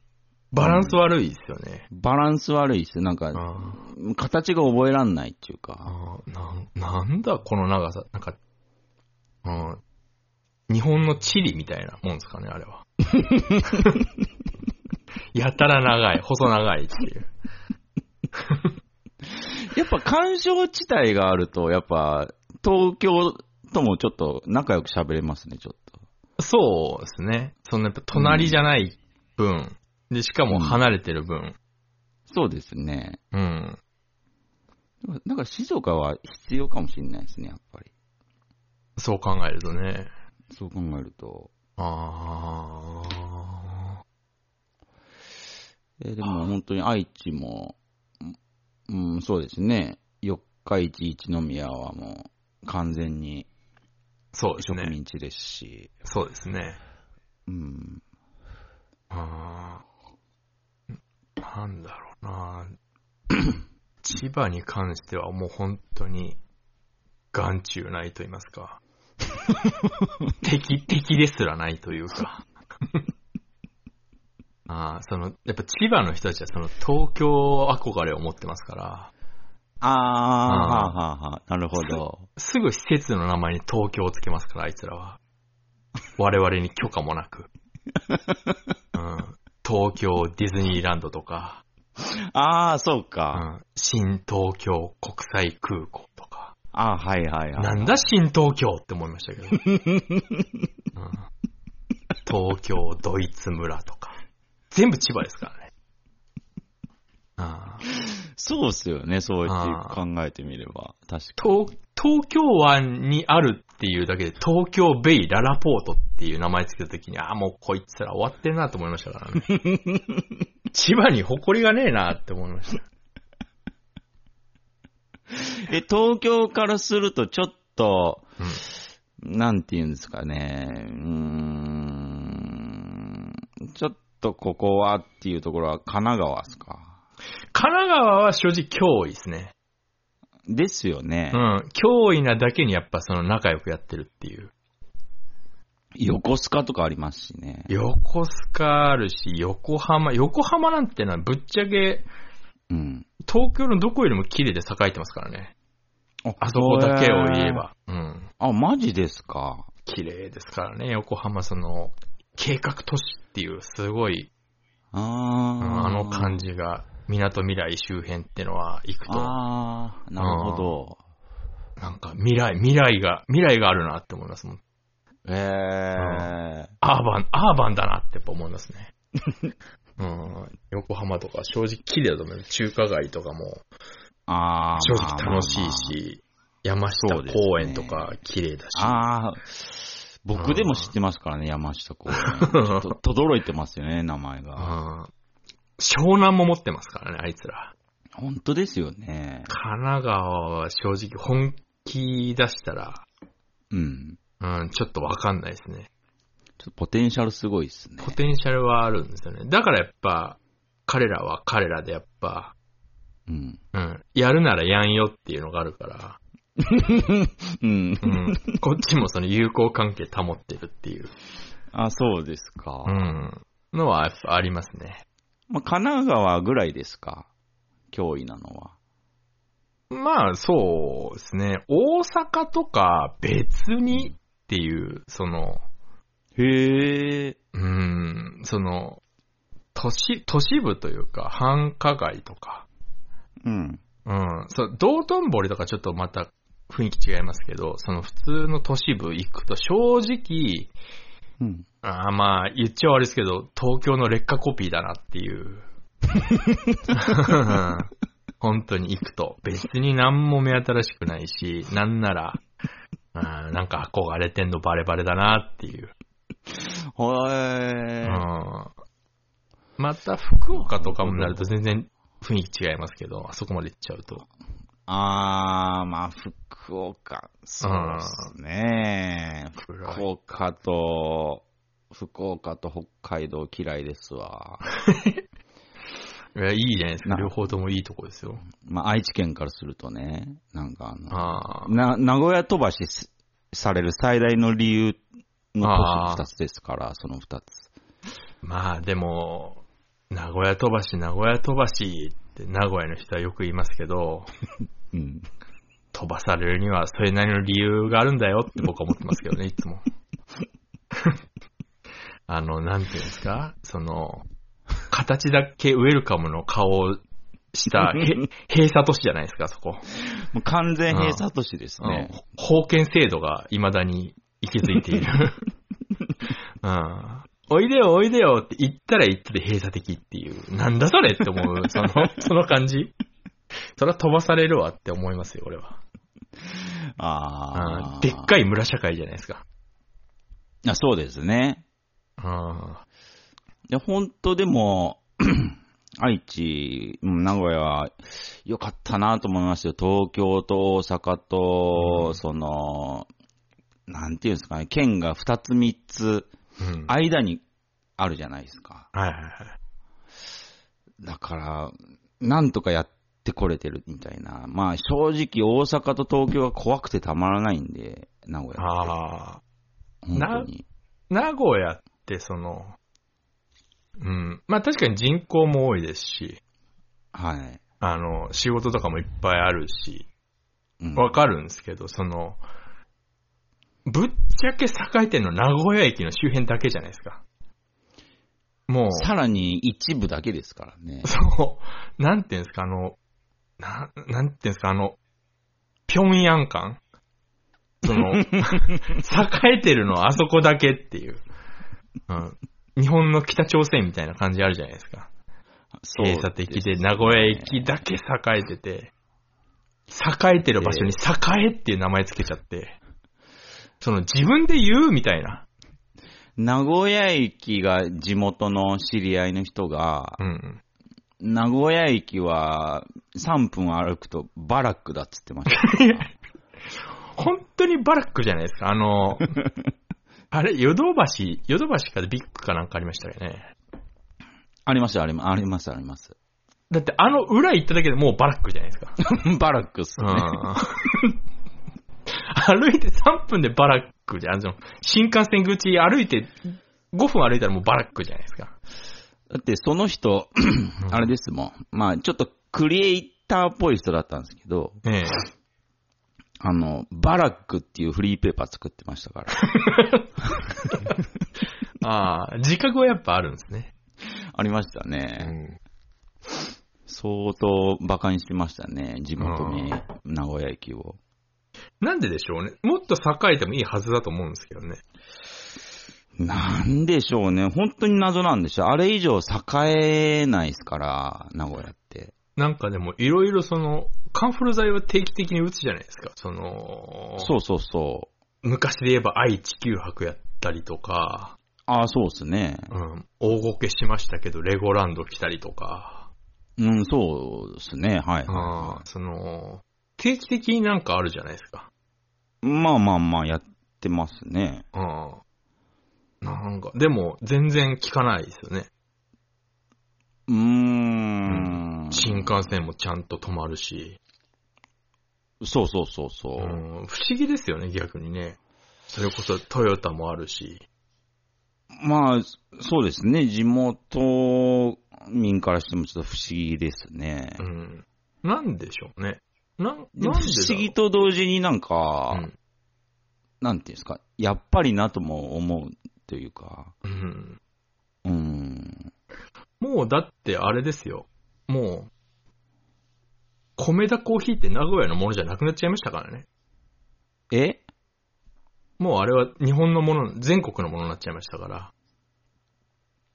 Speaker 2: バランス悪いですよね。
Speaker 1: バランス悪いっすよ、なんか、
Speaker 2: ああ
Speaker 1: 形が覚えらんないっていうか。
Speaker 2: あーなんなんだこの長さ。なんか、うん、日本の地理みたいなもんですかね、あれは。やたら長い、細長いっていう。
Speaker 1: やっぱ、干渉地帯があると、やっぱ、東京ともちょっと仲良く喋れますね、ちょっと。
Speaker 2: そうですね。そのやっぱ隣じゃない分、で、しかも離れてる分、
Speaker 1: そうですね。
Speaker 2: うん。
Speaker 1: だから、静岡は必要かもしれないですね、やっぱり。
Speaker 2: そう考えるとね。
Speaker 1: そう考えると。
Speaker 2: ああ。
Speaker 1: えーでも本当に愛知も、うん、うんそうですね。四日市一宮はもう完全に
Speaker 2: そうです
Speaker 1: 植
Speaker 2: ね。
Speaker 1: 民地ですし、
Speaker 2: そうですね。
Speaker 1: うん。
Speaker 2: あーなんだろうな 千葉に関してはもう本当に、眼中ないと言いますか。敵、敵ですらないというか。あーその、やっぱ千葉の人たちはその東京憧れを持ってますから、
Speaker 1: あー、は
Speaker 2: あ
Speaker 1: あはあはあ、なるほど。
Speaker 2: すぐ施設の名前に東京をつけますから、あいつらは。我々に許可もなく。うん、東京ディズニーランドとか。
Speaker 1: あー、そう
Speaker 2: う
Speaker 1: か。
Speaker 2: ん新東京国際空港とか。
Speaker 1: あー、はいはいはい。
Speaker 2: なんだ新東京って思いましたけど。うん東京ドイツ村とか。全部千葉ですからね。あー
Speaker 1: そうっすよね、そうやって
Speaker 2: あ
Speaker 1: 考えてみれば。確かに。
Speaker 2: 東東京湾にあるっていうだけで、東京ベイララポートっていう名前つけたときに、ああ、もうこいつら終わってるなと思いましたからね。千葉に誇りがねえなって思いました。
Speaker 1: え、東京からするとちょっと、
Speaker 2: うん
Speaker 1: なんていうんですかね、うーん、ちょっとここはっていうところは神奈川ですか。
Speaker 2: 神奈川は正直脅威ですね。
Speaker 1: ですよね。
Speaker 2: うん。脅威なだけにやっぱその仲良くやってるっていう。
Speaker 1: 横須賀とかありますしね。
Speaker 2: 横須賀あるし、横浜。横浜なんてのはぶっちゃけ、
Speaker 1: うん。
Speaker 2: 東京のどこよりも綺麗で栄えてますからね。あそこだけを言えば。う
Speaker 1: そ
Speaker 2: ん。
Speaker 1: う。あ、マジですか。
Speaker 2: 綺麗ですからね、横浜その、計画都市っていう、すごい、
Speaker 1: あ
Speaker 2: うん
Speaker 1: あ。
Speaker 2: あの感じが、港未来周辺ってのは行くと、
Speaker 1: ああ、なるほど。
Speaker 2: なんか未来、未来が、未来があるなって思いますもん。
Speaker 1: ええ
Speaker 2: アーバン、アーバンだなってやっぱ思います ね。うん、横浜とか正直綺麗だと思います。中華街とかも
Speaker 1: ああ。
Speaker 2: 正直楽しい
Speaker 1: まあ。
Speaker 2: し、山下公園とか綺麗だし。
Speaker 1: まあまああー僕でも知ってますからね、山下 公園。ちょっと、とどろいてますよね、名前
Speaker 2: う
Speaker 1: が。
Speaker 2: ん。湘南も持ってますからね、あいつら。
Speaker 1: 本当ですよね。
Speaker 2: 神奈川は正直本気出したら、
Speaker 1: うん。
Speaker 2: うん、ちょっとわかんないですね。
Speaker 1: ちょっとポテンシャルすごいですね
Speaker 2: ポ。テンシャルはあるんですよね。だからやっぱ、彼らは彼らでやっぱ、
Speaker 1: うん。
Speaker 2: うん、やるならやんよっていうのがあるから、
Speaker 1: うん
Speaker 2: う。ん、こっちもその友好関係保ってるっていう、
Speaker 1: あ、そうですか
Speaker 2: う。ん、のはやっぱありますね。
Speaker 1: まあ、神奈川ぐらいですか。脅威なのは。
Speaker 2: まあ、そうですね。大阪とか別にっていう、その、
Speaker 1: へえ。
Speaker 2: うーん、その、都市、都市部というか、繁華街とか、
Speaker 1: うん。
Speaker 2: うん、そう、道頓堀とかちょっとまた雰囲気違いますけど、その普通の都市部行くと正直、
Speaker 1: うん。
Speaker 2: あーまあ、言っちゃ悪いですけど、東京の劣化コピーだなっていう。 本当に行くと。別に何も目新しくないし、なんなら、あーなんか憧れてんのバレバレだなっていう。
Speaker 1: は
Speaker 2: う
Speaker 1: い、
Speaker 2: んまた福岡とかもなると全然雰囲気違いますけど、あそこまで行っちゃうと。
Speaker 1: あー、まあ、福岡。そうですね。
Speaker 2: 暗い
Speaker 1: 福岡と、福岡と北海道嫌いですわ。
Speaker 2: いや、いいじゃないですか。
Speaker 1: な
Speaker 2: 両方ともいいとこですよ。
Speaker 1: まあ、愛知県からするとね、なんかあの、
Speaker 2: ああ。
Speaker 1: な、名古屋飛ばしすされる最大の理由の
Speaker 2: あー
Speaker 1: 二つですから、その二つ。
Speaker 2: まあでも、名古屋飛ばし、名古屋飛ばしって名古屋の人はよく言いますけど、
Speaker 1: うん。
Speaker 2: 飛ばされるにはそれなりの理由があるんだよって僕は思ってますけどね、いつも。 あの、なんていうんですかその、形だけウェルカムの顔をした、へ閉鎖都市じゃないですか、そこ。
Speaker 1: もう完全閉鎖都市ですね。
Speaker 2: うん封建制度が未だに息づいてい る。うん。おいでよ、おいでよって言ったら言ってて閉鎖的っていう。なんだそれって思う。そ の、その感じ。それは飛ばされるわって思いますよ、俺は。
Speaker 1: あ
Speaker 2: う
Speaker 1: あ。
Speaker 2: んでっかい村社会じゃないですか。
Speaker 1: あそうですね。
Speaker 2: うん。
Speaker 1: いや、本当でも、 愛知、うん名古屋は良かったなと思いましたよ。東京と大阪と、その、なんていうんですかね、県が2つ3つ、
Speaker 2: うん。はい
Speaker 1: 間にあるじゃないですか。
Speaker 2: はいはい。
Speaker 1: だから、なんとかやってこれてるみたいな。まあ正直大阪と東京は怖くてたまらないんで、名古屋。
Speaker 2: ああ。
Speaker 1: 本当に。
Speaker 2: 名古屋ってその、うん。まあ確かに人口も多いですし、
Speaker 1: はい。
Speaker 2: あの、仕事とかもいっぱいあるし、
Speaker 1: うん
Speaker 2: わかるんですけど、その、ぶっちゃけ栄えてんの名古屋駅の周辺だけじゃないですか。もう、
Speaker 1: さらに一部だけですから ね。
Speaker 2: そう、なんていうんですか、あの、な、なんていうんですか、あの、平壌感その、 栄えてるのはあそこだけっていう。うん。日本の北朝鮮みたいな感じあるじゃないですか。閉鎖的で、名古屋駅だけ栄えてて、栄えてる場所に栄えっていう名前つけちゃって、その自分で言うみたいな。
Speaker 1: 名古屋駅が地元の知り合いの人が
Speaker 2: う、ん。
Speaker 1: 名古屋駅は3分歩くとバラックだっつってま したから
Speaker 2: 本当にバラックじゃないですか。あ の、あれ、ヨドバシ、ヨドバシかでビッグかなんかありましたよね。
Speaker 1: ありました、あります、あります、あります。
Speaker 2: だってあの裏行っただけでもうバラックじゃないですか。
Speaker 1: バラックっす
Speaker 2: う
Speaker 1: ね。
Speaker 2: ん。 歩いて3分でバラックじゃん。あの新幹線口歩いて5分歩いたらもうバラックじゃないですか。
Speaker 1: だってその人、あれですもん。まあちょっとクリエイターっぽい人だったんですけど、
Speaker 2: ええ。
Speaker 1: あの、バラックっていうフリーペーパー作ってました から。
Speaker 2: ああ、自覚はやっぱあるんですね。
Speaker 1: ありましたね。相当馬鹿にしてましたね。地元に、名古屋駅を。
Speaker 2: なんででしょうね。もっと栄えてもいいはずだと思うんですけどね。
Speaker 1: なんでしょうね。本当に謎なんでしょう。あれ以上栄えないですから、名古屋って。
Speaker 2: なんかでも、いろいろその、カンフル剤は定期的に打つじゃないですか。その、
Speaker 1: そうそうそ
Speaker 2: 昔で言えば愛地球博やったりとか、
Speaker 1: ああ、そうですね。
Speaker 2: うん、大ごけしましたけど、レゴランド来たりとか、
Speaker 1: うん、そうですね。はい。
Speaker 2: うん、その、定期的になんかあるじゃないですか。
Speaker 1: まあまあまあ、やってますね。
Speaker 2: うん。なんか、でも、全然効かないですよね。
Speaker 1: うーん。
Speaker 2: 新幹線もちゃんと止まるし、
Speaker 1: そうそうそうそうう。
Speaker 2: ん、不思議ですよね、逆にね。それこそトヨタもあるし、
Speaker 1: まあ、そうですね。地元民からしてもちょっと不思議ですね。
Speaker 2: うん。なんでしょうね。なん、
Speaker 1: で
Speaker 2: な
Speaker 1: も
Speaker 2: ん
Speaker 1: 不
Speaker 2: でだろう
Speaker 1: 思議と同時になん
Speaker 2: う
Speaker 1: か、
Speaker 2: ん。
Speaker 1: なんていうんですか、やっぱりなとも思うというか、
Speaker 2: うん
Speaker 1: うん。
Speaker 2: もうだってあれですよ。もう、米田コーヒーって名古屋のものじゃなくなっちゃいましたからね。
Speaker 1: え
Speaker 2: もうあれは日本のもの、全国のものになっちゃいましたから。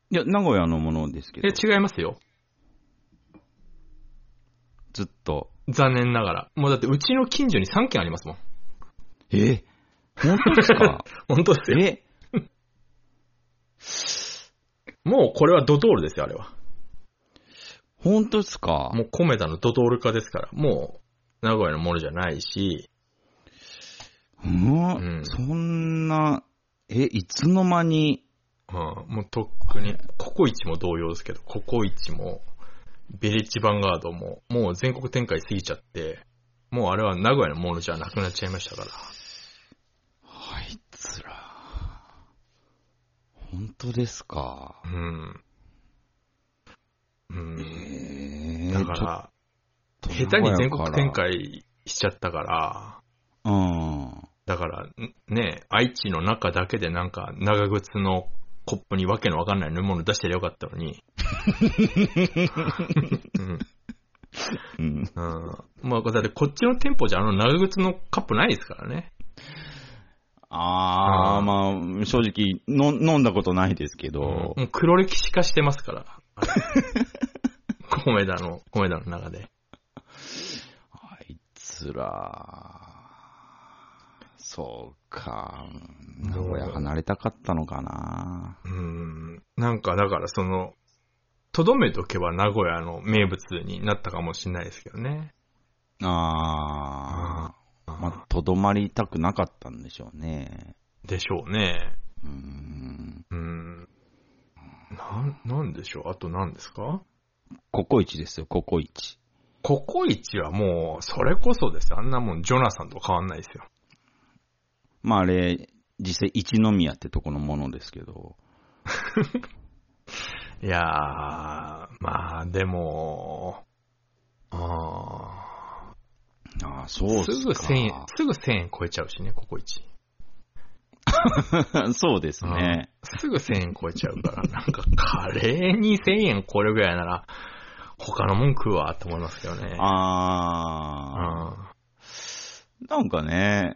Speaker 1: いや、名古屋のものですけど
Speaker 2: え、、違いますよ。
Speaker 1: ずっと。
Speaker 2: 残念ながら。もうだってうちの近所に3軒ありますもん。
Speaker 1: え本当です か
Speaker 2: 本当ですよ。
Speaker 1: え
Speaker 2: もうこれはドトールですよ、あれは。
Speaker 1: 本当ですか
Speaker 2: もう米田のドトール化ですから。もう、名古屋のものじゃないし、
Speaker 1: うん、
Speaker 2: うん
Speaker 1: そんな、え、いつの間に、
Speaker 2: うん、もうとっくに、ココイチも同様ですけど、ココイチも、ビレッジヴァンガードも、もう全国展開過ぎちゃって、もうあれは名古屋のものじゃなくなっちゃいましたから。
Speaker 1: あいつら、本当ですか
Speaker 2: うん。うん。
Speaker 1: えー、
Speaker 2: だから、
Speaker 1: ちょっと
Speaker 2: 下手に全国
Speaker 1: 名古
Speaker 2: 展
Speaker 1: 屋から。
Speaker 2: 開しちゃったから、
Speaker 1: うん。
Speaker 2: だから、んね、愛知の中だけでなんか、長靴のコップにわけのわかんない飲み物出してりゃよかったの に。 うん
Speaker 1: うん
Speaker 2: うん。まあ、だってこっちの店舗じゃあの長靴のカップないですからね。
Speaker 1: あー、
Speaker 2: うん
Speaker 1: まあ、正直の、飲んだことないですけど、
Speaker 2: もう黒歴史化してますから。 米田の、米田の中で。
Speaker 1: あいつら、そうか、名古屋離れたかったのかな。
Speaker 2: うん。なんかだからその、とどめとけば名古屋の名物になったかもしれないですけどね。
Speaker 1: あー、まあ、とどまりたくなかったんでしょうね。
Speaker 2: でしょうね。
Speaker 1: うーん、
Speaker 2: うん。なん、なんでしょうあと何ですか
Speaker 1: ココイチですよ、ココイチ。
Speaker 2: ココイチはもう、それこそです。あんなもん、ジョナサンと変わんないですよ。
Speaker 1: まあ、あれ、実際一宮ってとこのものですけど、
Speaker 2: いやー、まあ、でも、あ
Speaker 1: ああ、そう
Speaker 2: ー
Speaker 1: っ
Speaker 2: すぐ
Speaker 1: すか。
Speaker 2: 1000円、すぐ1000円超えちゃうしね、ココイチ。
Speaker 1: そうですね。
Speaker 2: すぐ1000円超えちゃ うから、なんか、カレーに1000円超えるぐらいなら、他のもん食うわ、と思いますけどね。
Speaker 1: ああ、
Speaker 2: う
Speaker 1: なんかね、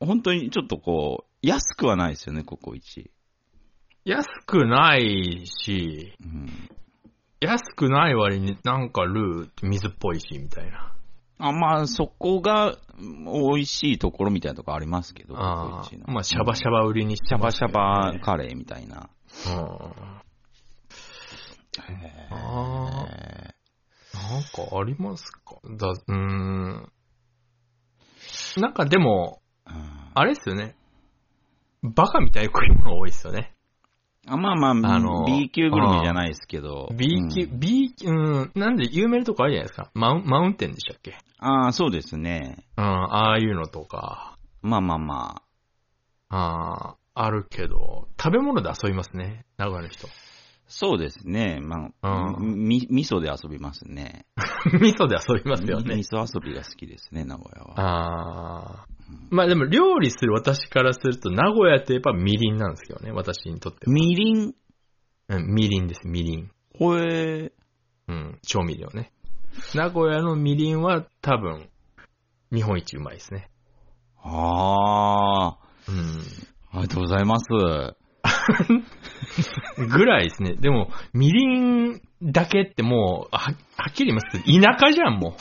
Speaker 1: 本当にちょっとこう、安くはないですよね、ココイチ。
Speaker 2: ん。安くないし、
Speaker 1: うん。
Speaker 2: 安くない割になんかルー、水っぽいし、みたいな。
Speaker 1: あ、まあ、そこが、うん美味しいところみたいなとこありますけど、ココ
Speaker 2: あ
Speaker 1: イチの。
Speaker 2: あ、まあ、シャバシャバ売りにし
Speaker 1: シ
Speaker 2: て
Speaker 1: ャバ
Speaker 2: ます
Speaker 1: シ
Speaker 2: け
Speaker 1: ャ
Speaker 2: どね、
Speaker 1: バカレーみたいな。
Speaker 2: うん。
Speaker 1: へ
Speaker 2: ああ、
Speaker 1: え
Speaker 2: なんかありますかだ、うーん。なんかでも、
Speaker 1: うん
Speaker 2: あれですよね。バカみたいに食い物多いですよね。
Speaker 1: あまあまあ、
Speaker 2: あの
Speaker 1: B 級グルメじゃないですけど。
Speaker 2: B 級、
Speaker 1: うん
Speaker 2: B 級、うん、なんで有名なとこあるじゃないですか。マウンマウンテンでしたっけ
Speaker 1: ああ、そうですね。
Speaker 2: うん、ああいうのとか、
Speaker 1: まあまあま
Speaker 2: ああ、あるけど、食べ物で遊びますね、名古屋の人。
Speaker 1: あ。そうですね。まあ、
Speaker 2: うん
Speaker 1: み、味噌で遊びますね。
Speaker 2: 味噌で遊びますよね
Speaker 1: み。味噌遊びが好きですね、名古屋は。
Speaker 2: ああ。まあでも料理する私からすると、名古屋といえばみりんなんですけどね、私にとっては。
Speaker 1: みりん、
Speaker 2: うん、みりんです、みりん。
Speaker 1: ほえ
Speaker 2: うん、調味料ね。名古屋のみりんは多分、日本一うまいですね。
Speaker 1: ああ、
Speaker 2: う
Speaker 1: ありがとうございます。
Speaker 2: ん。ぐらいですね。でも、みりんだけってもう、ははっきり言いますけど、田舎じゃん、も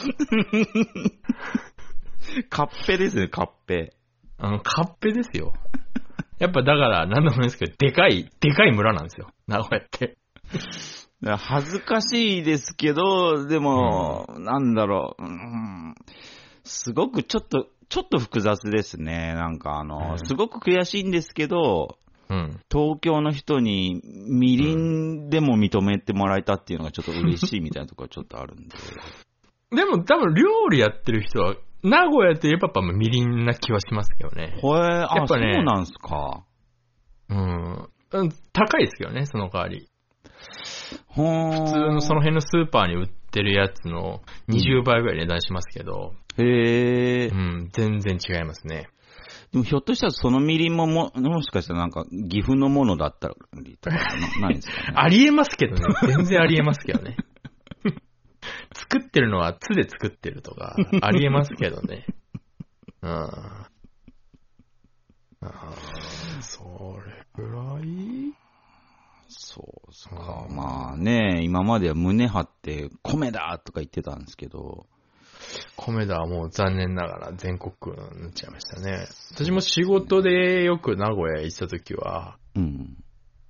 Speaker 1: カッペですね、カッペ。
Speaker 2: う。あの、カッペですよ。やっぱだから、何度も言うんですけど、でかい、でかい村なんですよ。名古屋って。
Speaker 1: だから恥ずかしいですけど、でも、なんだろう、うん、すごくちょっと、ちょっと複雑ですね。なんかあの、
Speaker 2: うん
Speaker 1: すごく悔しいんですけど、
Speaker 2: うん。
Speaker 1: 東京の人にみりんでも認めてもらえたっていうのがちょっと嬉しいみたいなところはちょっとある んで。
Speaker 2: でも多分料理やってる人は、名古屋ってやっぱみりんな気はしますけどね。
Speaker 1: ほえ、あ、
Speaker 2: やっぱね
Speaker 1: そうなんすか。
Speaker 2: うん。うん高いですけどね、その代わり。
Speaker 1: ほー
Speaker 2: 普通のその辺のスーパーに売ってるやつの20倍ぐらい値段しますけど、
Speaker 1: へえ
Speaker 2: う。ん、全然違いますね。
Speaker 1: でもひょっとしたらそのみりんもも、もしかしたらなんか岐阜のものだったりとかな、ないんですか ね。
Speaker 2: ありえますけどね。全然ありえますけどね。 作ってるのは津で作ってると か、ありえますけどね。うん。あーそれぐらい
Speaker 1: そうっす
Speaker 2: か
Speaker 1: か。まあね、今までは胸張って、米だとか言ってたんですけど、
Speaker 2: 米田はもう残念ながら全国区になっちゃいましたね。私も仕事でよく名古屋行った時は、
Speaker 1: うん。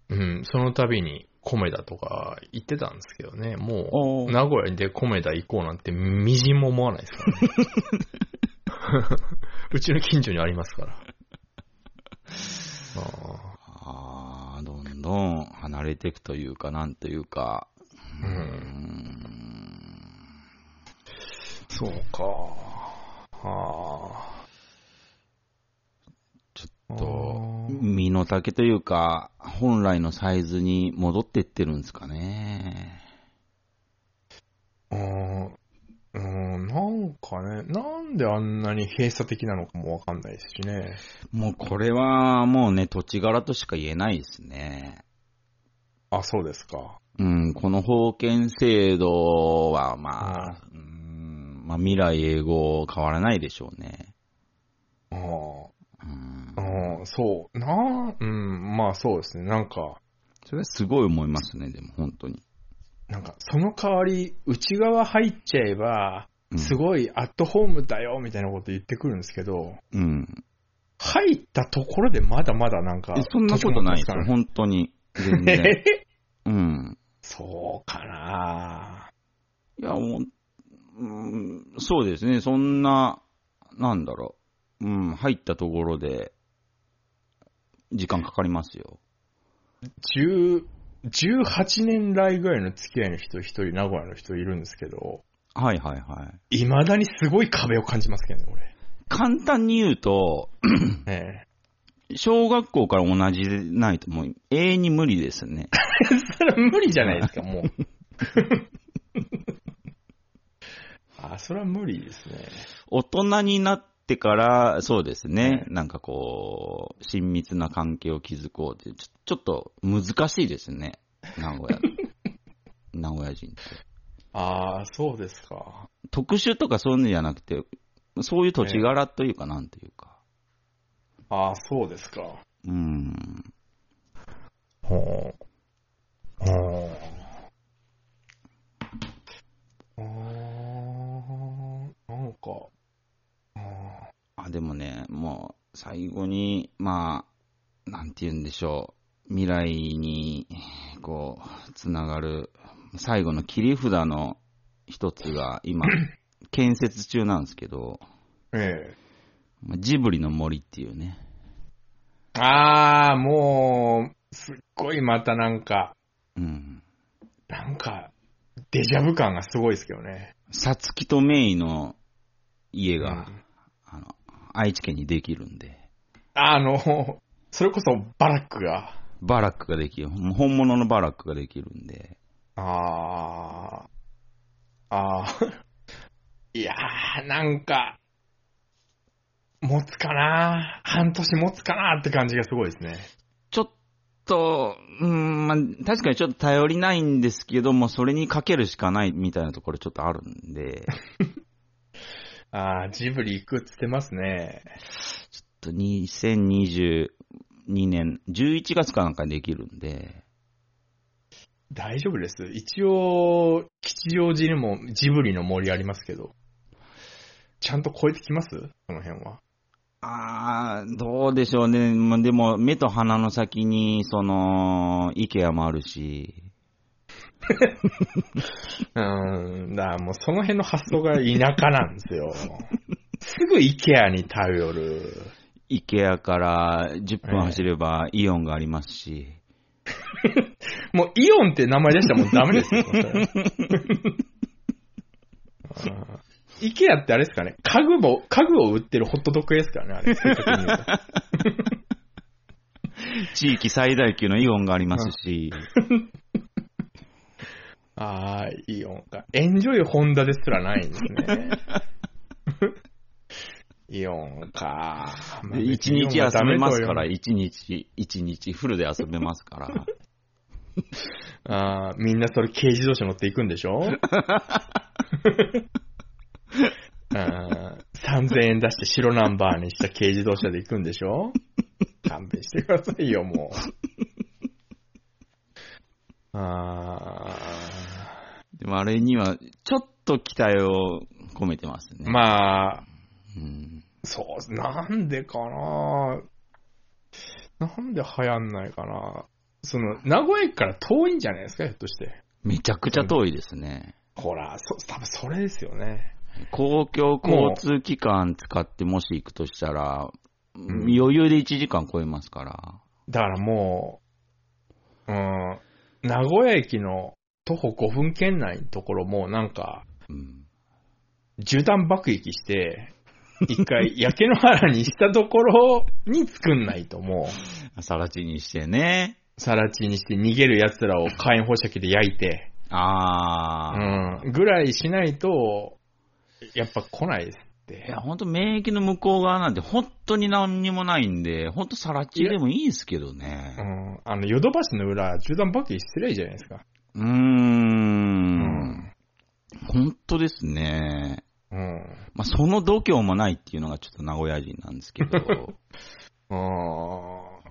Speaker 2: うん、その度に米田とか行ってたんですけどね、も
Speaker 1: お
Speaker 2: う、
Speaker 1: ー
Speaker 2: 名古屋で米田行こうなんてみじんも思わないです からね。うちの近所にありま すから。あ
Speaker 1: ああ、どんどん離れていくというか、なんというか。
Speaker 2: ー
Speaker 1: う
Speaker 2: う
Speaker 1: ー
Speaker 2: ん、
Speaker 1: ん。
Speaker 2: そうか。あ
Speaker 1: ち
Speaker 2: あ
Speaker 1: ょっと、身の丈というか、本来のサイズに戻ってってるんですかね。
Speaker 2: あーうん、なんかね、なんであんなに閉鎖的なのかもわかんないですしね。
Speaker 1: もうこれはもうね、土地柄としか言えないですね。
Speaker 2: あ、そうですか。
Speaker 1: うん、この封建制度は、まあ、うん、まあ未来永劫変わらないでしょうね。
Speaker 2: あー
Speaker 1: うん
Speaker 2: あ。ー、そう。なーうん、まあそうですね。なんか、
Speaker 1: それはすごい思いますね、でも本当に。
Speaker 2: なんか、その代わり、内側入っちゃえば、
Speaker 1: うん
Speaker 2: すごいアットホームだよ、みたいなこと言ってくるんですけど、
Speaker 1: うん。
Speaker 2: 入ったところでまだまだなんか
Speaker 1: え、そんなことないです
Speaker 2: 土地
Speaker 1: よ、
Speaker 2: 持って
Speaker 1: 本当に。全
Speaker 2: ますから
Speaker 1: 然。
Speaker 2: ね
Speaker 1: うん。
Speaker 2: そうかない
Speaker 1: や、もう、うん、そうですね、そんな、なんだろう。うん、入ったところで、時間かかりますよ。
Speaker 2: 10 18年来ぐらいの付き合いの人、一人、名古屋の人いるんですけど、
Speaker 1: はいはいはい。
Speaker 2: 未だにすごい壁を感じますけどね、俺。
Speaker 1: 簡単に言うと、
Speaker 2: ね
Speaker 1: 小学校から同じでないともう永遠に無理ですね。
Speaker 2: えそれは無理じゃないですか、もう。 あ、それは無理ですね。
Speaker 1: 大人になってから、そうですね
Speaker 2: ね、
Speaker 1: なんかこう、親密な関係を築こうって、ちょちょっと難しいですね、名古屋。名古屋人って。
Speaker 2: ああ、そうですか。
Speaker 1: 特殊とかそういうのじゃなくて、そういう土地柄というか、なんというか。
Speaker 2: ああ、そうですか。
Speaker 1: うん。
Speaker 2: ほう。ほう。ん、なんか、あ
Speaker 1: あ、でもね、もう、最後に、まあ、なんて言うんでしょう。未来に、こう、つながる、最後の切り札の一つが、 今、建設中なんですけど、
Speaker 2: ーえ
Speaker 1: まあジブリの森っていうね。
Speaker 2: え。ああ、もう、すっごいまたなんか、
Speaker 1: うん。
Speaker 2: なんか、デジャブ感がすごいですけどね。
Speaker 1: さつきとメイの家が、
Speaker 2: うん
Speaker 1: あの、愛知県にできるんで、
Speaker 2: あの、それこそバラックが。
Speaker 1: バラックができる、もう本物のバラックができるんで、
Speaker 2: ああ、ああ、 いやー、なんか、持つかな半年持つかなって感じがすごいですね。
Speaker 1: ちょっと、うーん、まあ、確かにちょっと頼りないんですけども、それにかけるしかないみたいなところちょっとあるんで、
Speaker 2: ああ、ジブリ行くっつってますね。
Speaker 1: ちょっと2022年11月かなんかにできるんで、
Speaker 2: 大丈夫です。一応、吉祥寺にもジブリの森ありますけど、ちゃんと超えてきますその辺は。
Speaker 1: ああ、どうでしょうね。まあでも、目と鼻の先に、その、イケアもあるし。
Speaker 2: うん、だからもうその辺の発想が田舎なんです よ。すぐ IKEA に頼る。
Speaker 1: イケアから10
Speaker 2: え
Speaker 1: 分
Speaker 2: え
Speaker 1: 走ればイオンがありますし。
Speaker 2: もうイオンって名前出したらもうダメですよ、そ れあー IKEA ってあれですかね家具も、家具を売ってるホットドッグ屋ですからね、あれ。正確に言うと
Speaker 1: 地域最大級のイオンがありますし。
Speaker 2: ああ、イオンか。エンジョイホンダですらないんです ね。イオンか。まあ
Speaker 1: で一日遊べますか。
Speaker 2: 別にイオンはダメとは言わな
Speaker 1: ら、
Speaker 2: い
Speaker 1: 一日、一日フルで遊べます から。
Speaker 2: ああ、みんなそれ軽自動車乗っていくんでしょあー ?3000 円出して白ナンバーにした軽自動車で行くんでしょ勘弁してくださいよ、もう。あ
Speaker 1: でもあれには、ちょっと期待を込めてます
Speaker 2: ー
Speaker 1: ね。
Speaker 2: まあ、
Speaker 1: うん
Speaker 2: そう、なんでかななんで流行んないかなその、名古屋駅から遠いんじゃないですか、ひょっとして。
Speaker 1: めちゃくちゃ遠いですね。
Speaker 2: ほら、そ、多分それですよね。
Speaker 1: 公共交通機関使ってもし行くとしたら、
Speaker 2: ん
Speaker 1: 余裕で1時間超えますから。
Speaker 2: だからもう、うん、名古屋駅の徒歩5分圏内のところもなんか、
Speaker 1: うん
Speaker 2: 縦断爆撃して、一回焼け野原にしたところに作んないともう、
Speaker 1: さらちにしてね。
Speaker 2: さら地にして逃げる奴らを火炎放射器で焼いて、う
Speaker 1: あー。
Speaker 2: ん、ぐらいしないと、やっぱ来ないですっ
Speaker 1: い
Speaker 2: て
Speaker 1: や、。本当免疫の向こう側なんて本当に何にもないんで、本当さらちでもいいですけど
Speaker 2: う
Speaker 1: ね。
Speaker 2: ん、あの、ヨドバシの裏、縦断爆撃失礼じゃないですか。
Speaker 1: うー。。
Speaker 2: うん
Speaker 1: 本当ですね。
Speaker 2: うん。
Speaker 1: まあ、その度胸もないっていうのがちょっと名古屋人なんですけ ど。
Speaker 2: うー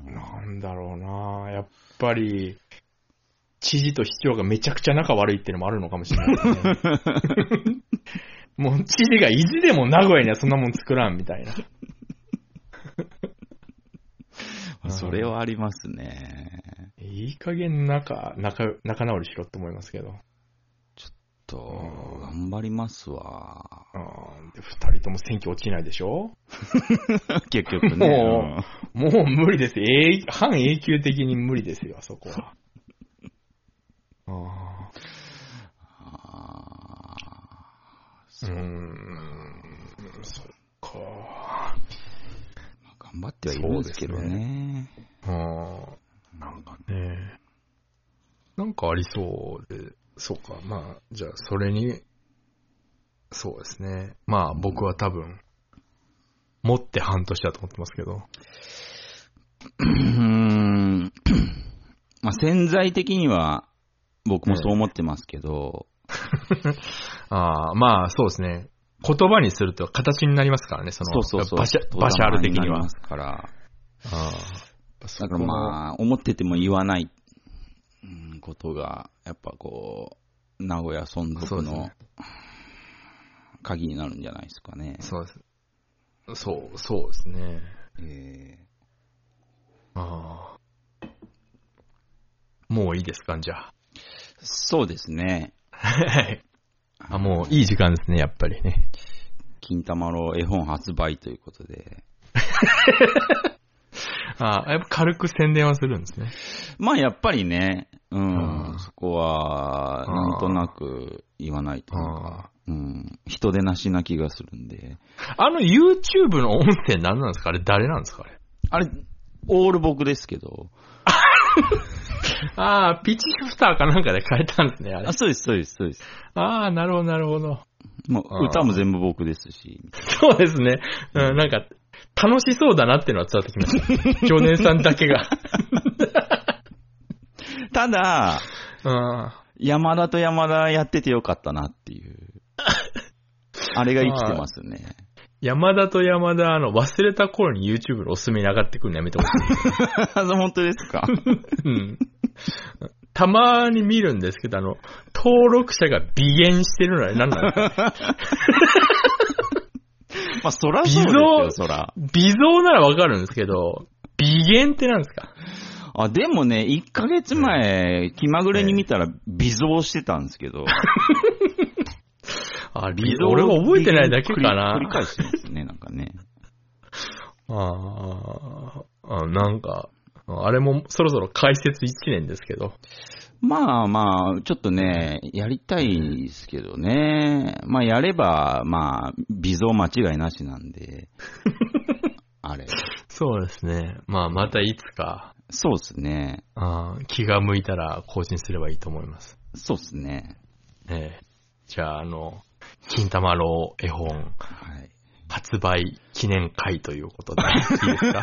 Speaker 2: ん、なんだろうなやっぱり、知事と市長がめちゃくちゃ仲悪いっていうのもあるのかもしれないですね。もう知事がいつでも名古屋にはそんなもん作らんみたいな。うん
Speaker 1: それはありますね。
Speaker 2: いい加減仲、仲、仲直りしろって思いますけど。
Speaker 1: と
Speaker 2: う、ん
Speaker 1: 頑張りますわ。
Speaker 2: うん。で、二人とも選挙落ちないでしょ
Speaker 1: 結局
Speaker 2: も
Speaker 1: ね。
Speaker 2: もう無理です。永半永久的に無理ですよ、あそこは。あー
Speaker 1: あー
Speaker 2: うーん、そっか。
Speaker 1: まあ頑張ってはいるんですけどね。
Speaker 2: うん。なんかね。なんかありそうで、そうか。まあ、じゃあ、それに、そうですね。まあ、僕は多分、持って半年だと思ってますけど。
Speaker 1: うーん。まあ、潜在的には、僕もそう思ってますけど、
Speaker 2: ああ、まあ、そうですね。言葉にすると形になりますからね、その、
Speaker 1: そうそうそう。
Speaker 2: バシャバシャール的に
Speaker 1: 言霊なり
Speaker 2: は
Speaker 1: ま。すから。
Speaker 2: ああ。
Speaker 1: だからまあ、思ってても言わないうんことが、やっぱこう、名古屋存
Speaker 2: そう
Speaker 1: 続
Speaker 2: です
Speaker 1: の
Speaker 2: ね
Speaker 1: 鍵になるんじゃないですかね。
Speaker 2: そうです。そう、そうですね。
Speaker 1: え
Speaker 2: ああ。もういいですか、じゃあ。
Speaker 1: ーそうですね。
Speaker 2: はい。あ、もういい時間ですね、やっぱりね。
Speaker 1: 金玉の絵本発売ということで。
Speaker 2: ああ、やっぱ軽く宣伝はするんですね。
Speaker 1: まあやっぱりね、う
Speaker 2: うんん、
Speaker 1: そこは、
Speaker 2: うん
Speaker 1: なんとなく言わないというか、
Speaker 2: あ
Speaker 1: うん、人でなしな気がするんで。
Speaker 2: あ。あの YouTube の音声何なんですかあれ誰なんですかあれ。
Speaker 1: あれ、オール僕ですけど。
Speaker 2: ああ、ピッチシフターかなんかで変えたんですね、あれ
Speaker 1: あ、。そうです、そうです、そうです。
Speaker 2: ああ、なるほど、なるほど。
Speaker 1: も
Speaker 2: あー
Speaker 1: う歌も全部僕ですし。
Speaker 2: そうですね。うん、なんか、楽しそうだなっていうのは伝わってきました。常年さんだけが。
Speaker 1: ただ、
Speaker 2: うん。
Speaker 1: 山田と山田やっててよかったなって いう。あれが生きてますね。
Speaker 2: 山田と山田、あの、忘れた頃に YouTube のおすすめに上がってくるのやめてほし い。
Speaker 1: 本当ですか
Speaker 2: うん。たまに見るんですけど、あの、 登録者が微減してるのは何なのか
Speaker 1: まあ、そらそうですよ、
Speaker 2: 微
Speaker 1: そら。
Speaker 2: 微増ならわかるんですけど、微減ってなんですか
Speaker 1: あ、でもね、1ヶ月前、気まぐれに見たら微増してたんですけど。
Speaker 2: あ、
Speaker 1: 微
Speaker 2: 微
Speaker 1: 増
Speaker 2: 増。俺が覚えてないだけかな
Speaker 1: 繰り。繰り返してますね、なんかね。
Speaker 2: あーあ、なんか、あれもそろそろ解説1年ですけど。
Speaker 1: まあまあ、ちょっとね、やりたいですけどね。まあやれば、まあ、微増間違いなしなん で。あれ。
Speaker 2: そうですね。まあ、またいつか、
Speaker 1: そうっすね。
Speaker 2: あー気が向いたら更新すればいいと思います。
Speaker 1: そうっすね。
Speaker 2: ええじゃあ、あの、金玉郎絵本
Speaker 1: はい。
Speaker 2: 発売記念会ということで、いいですか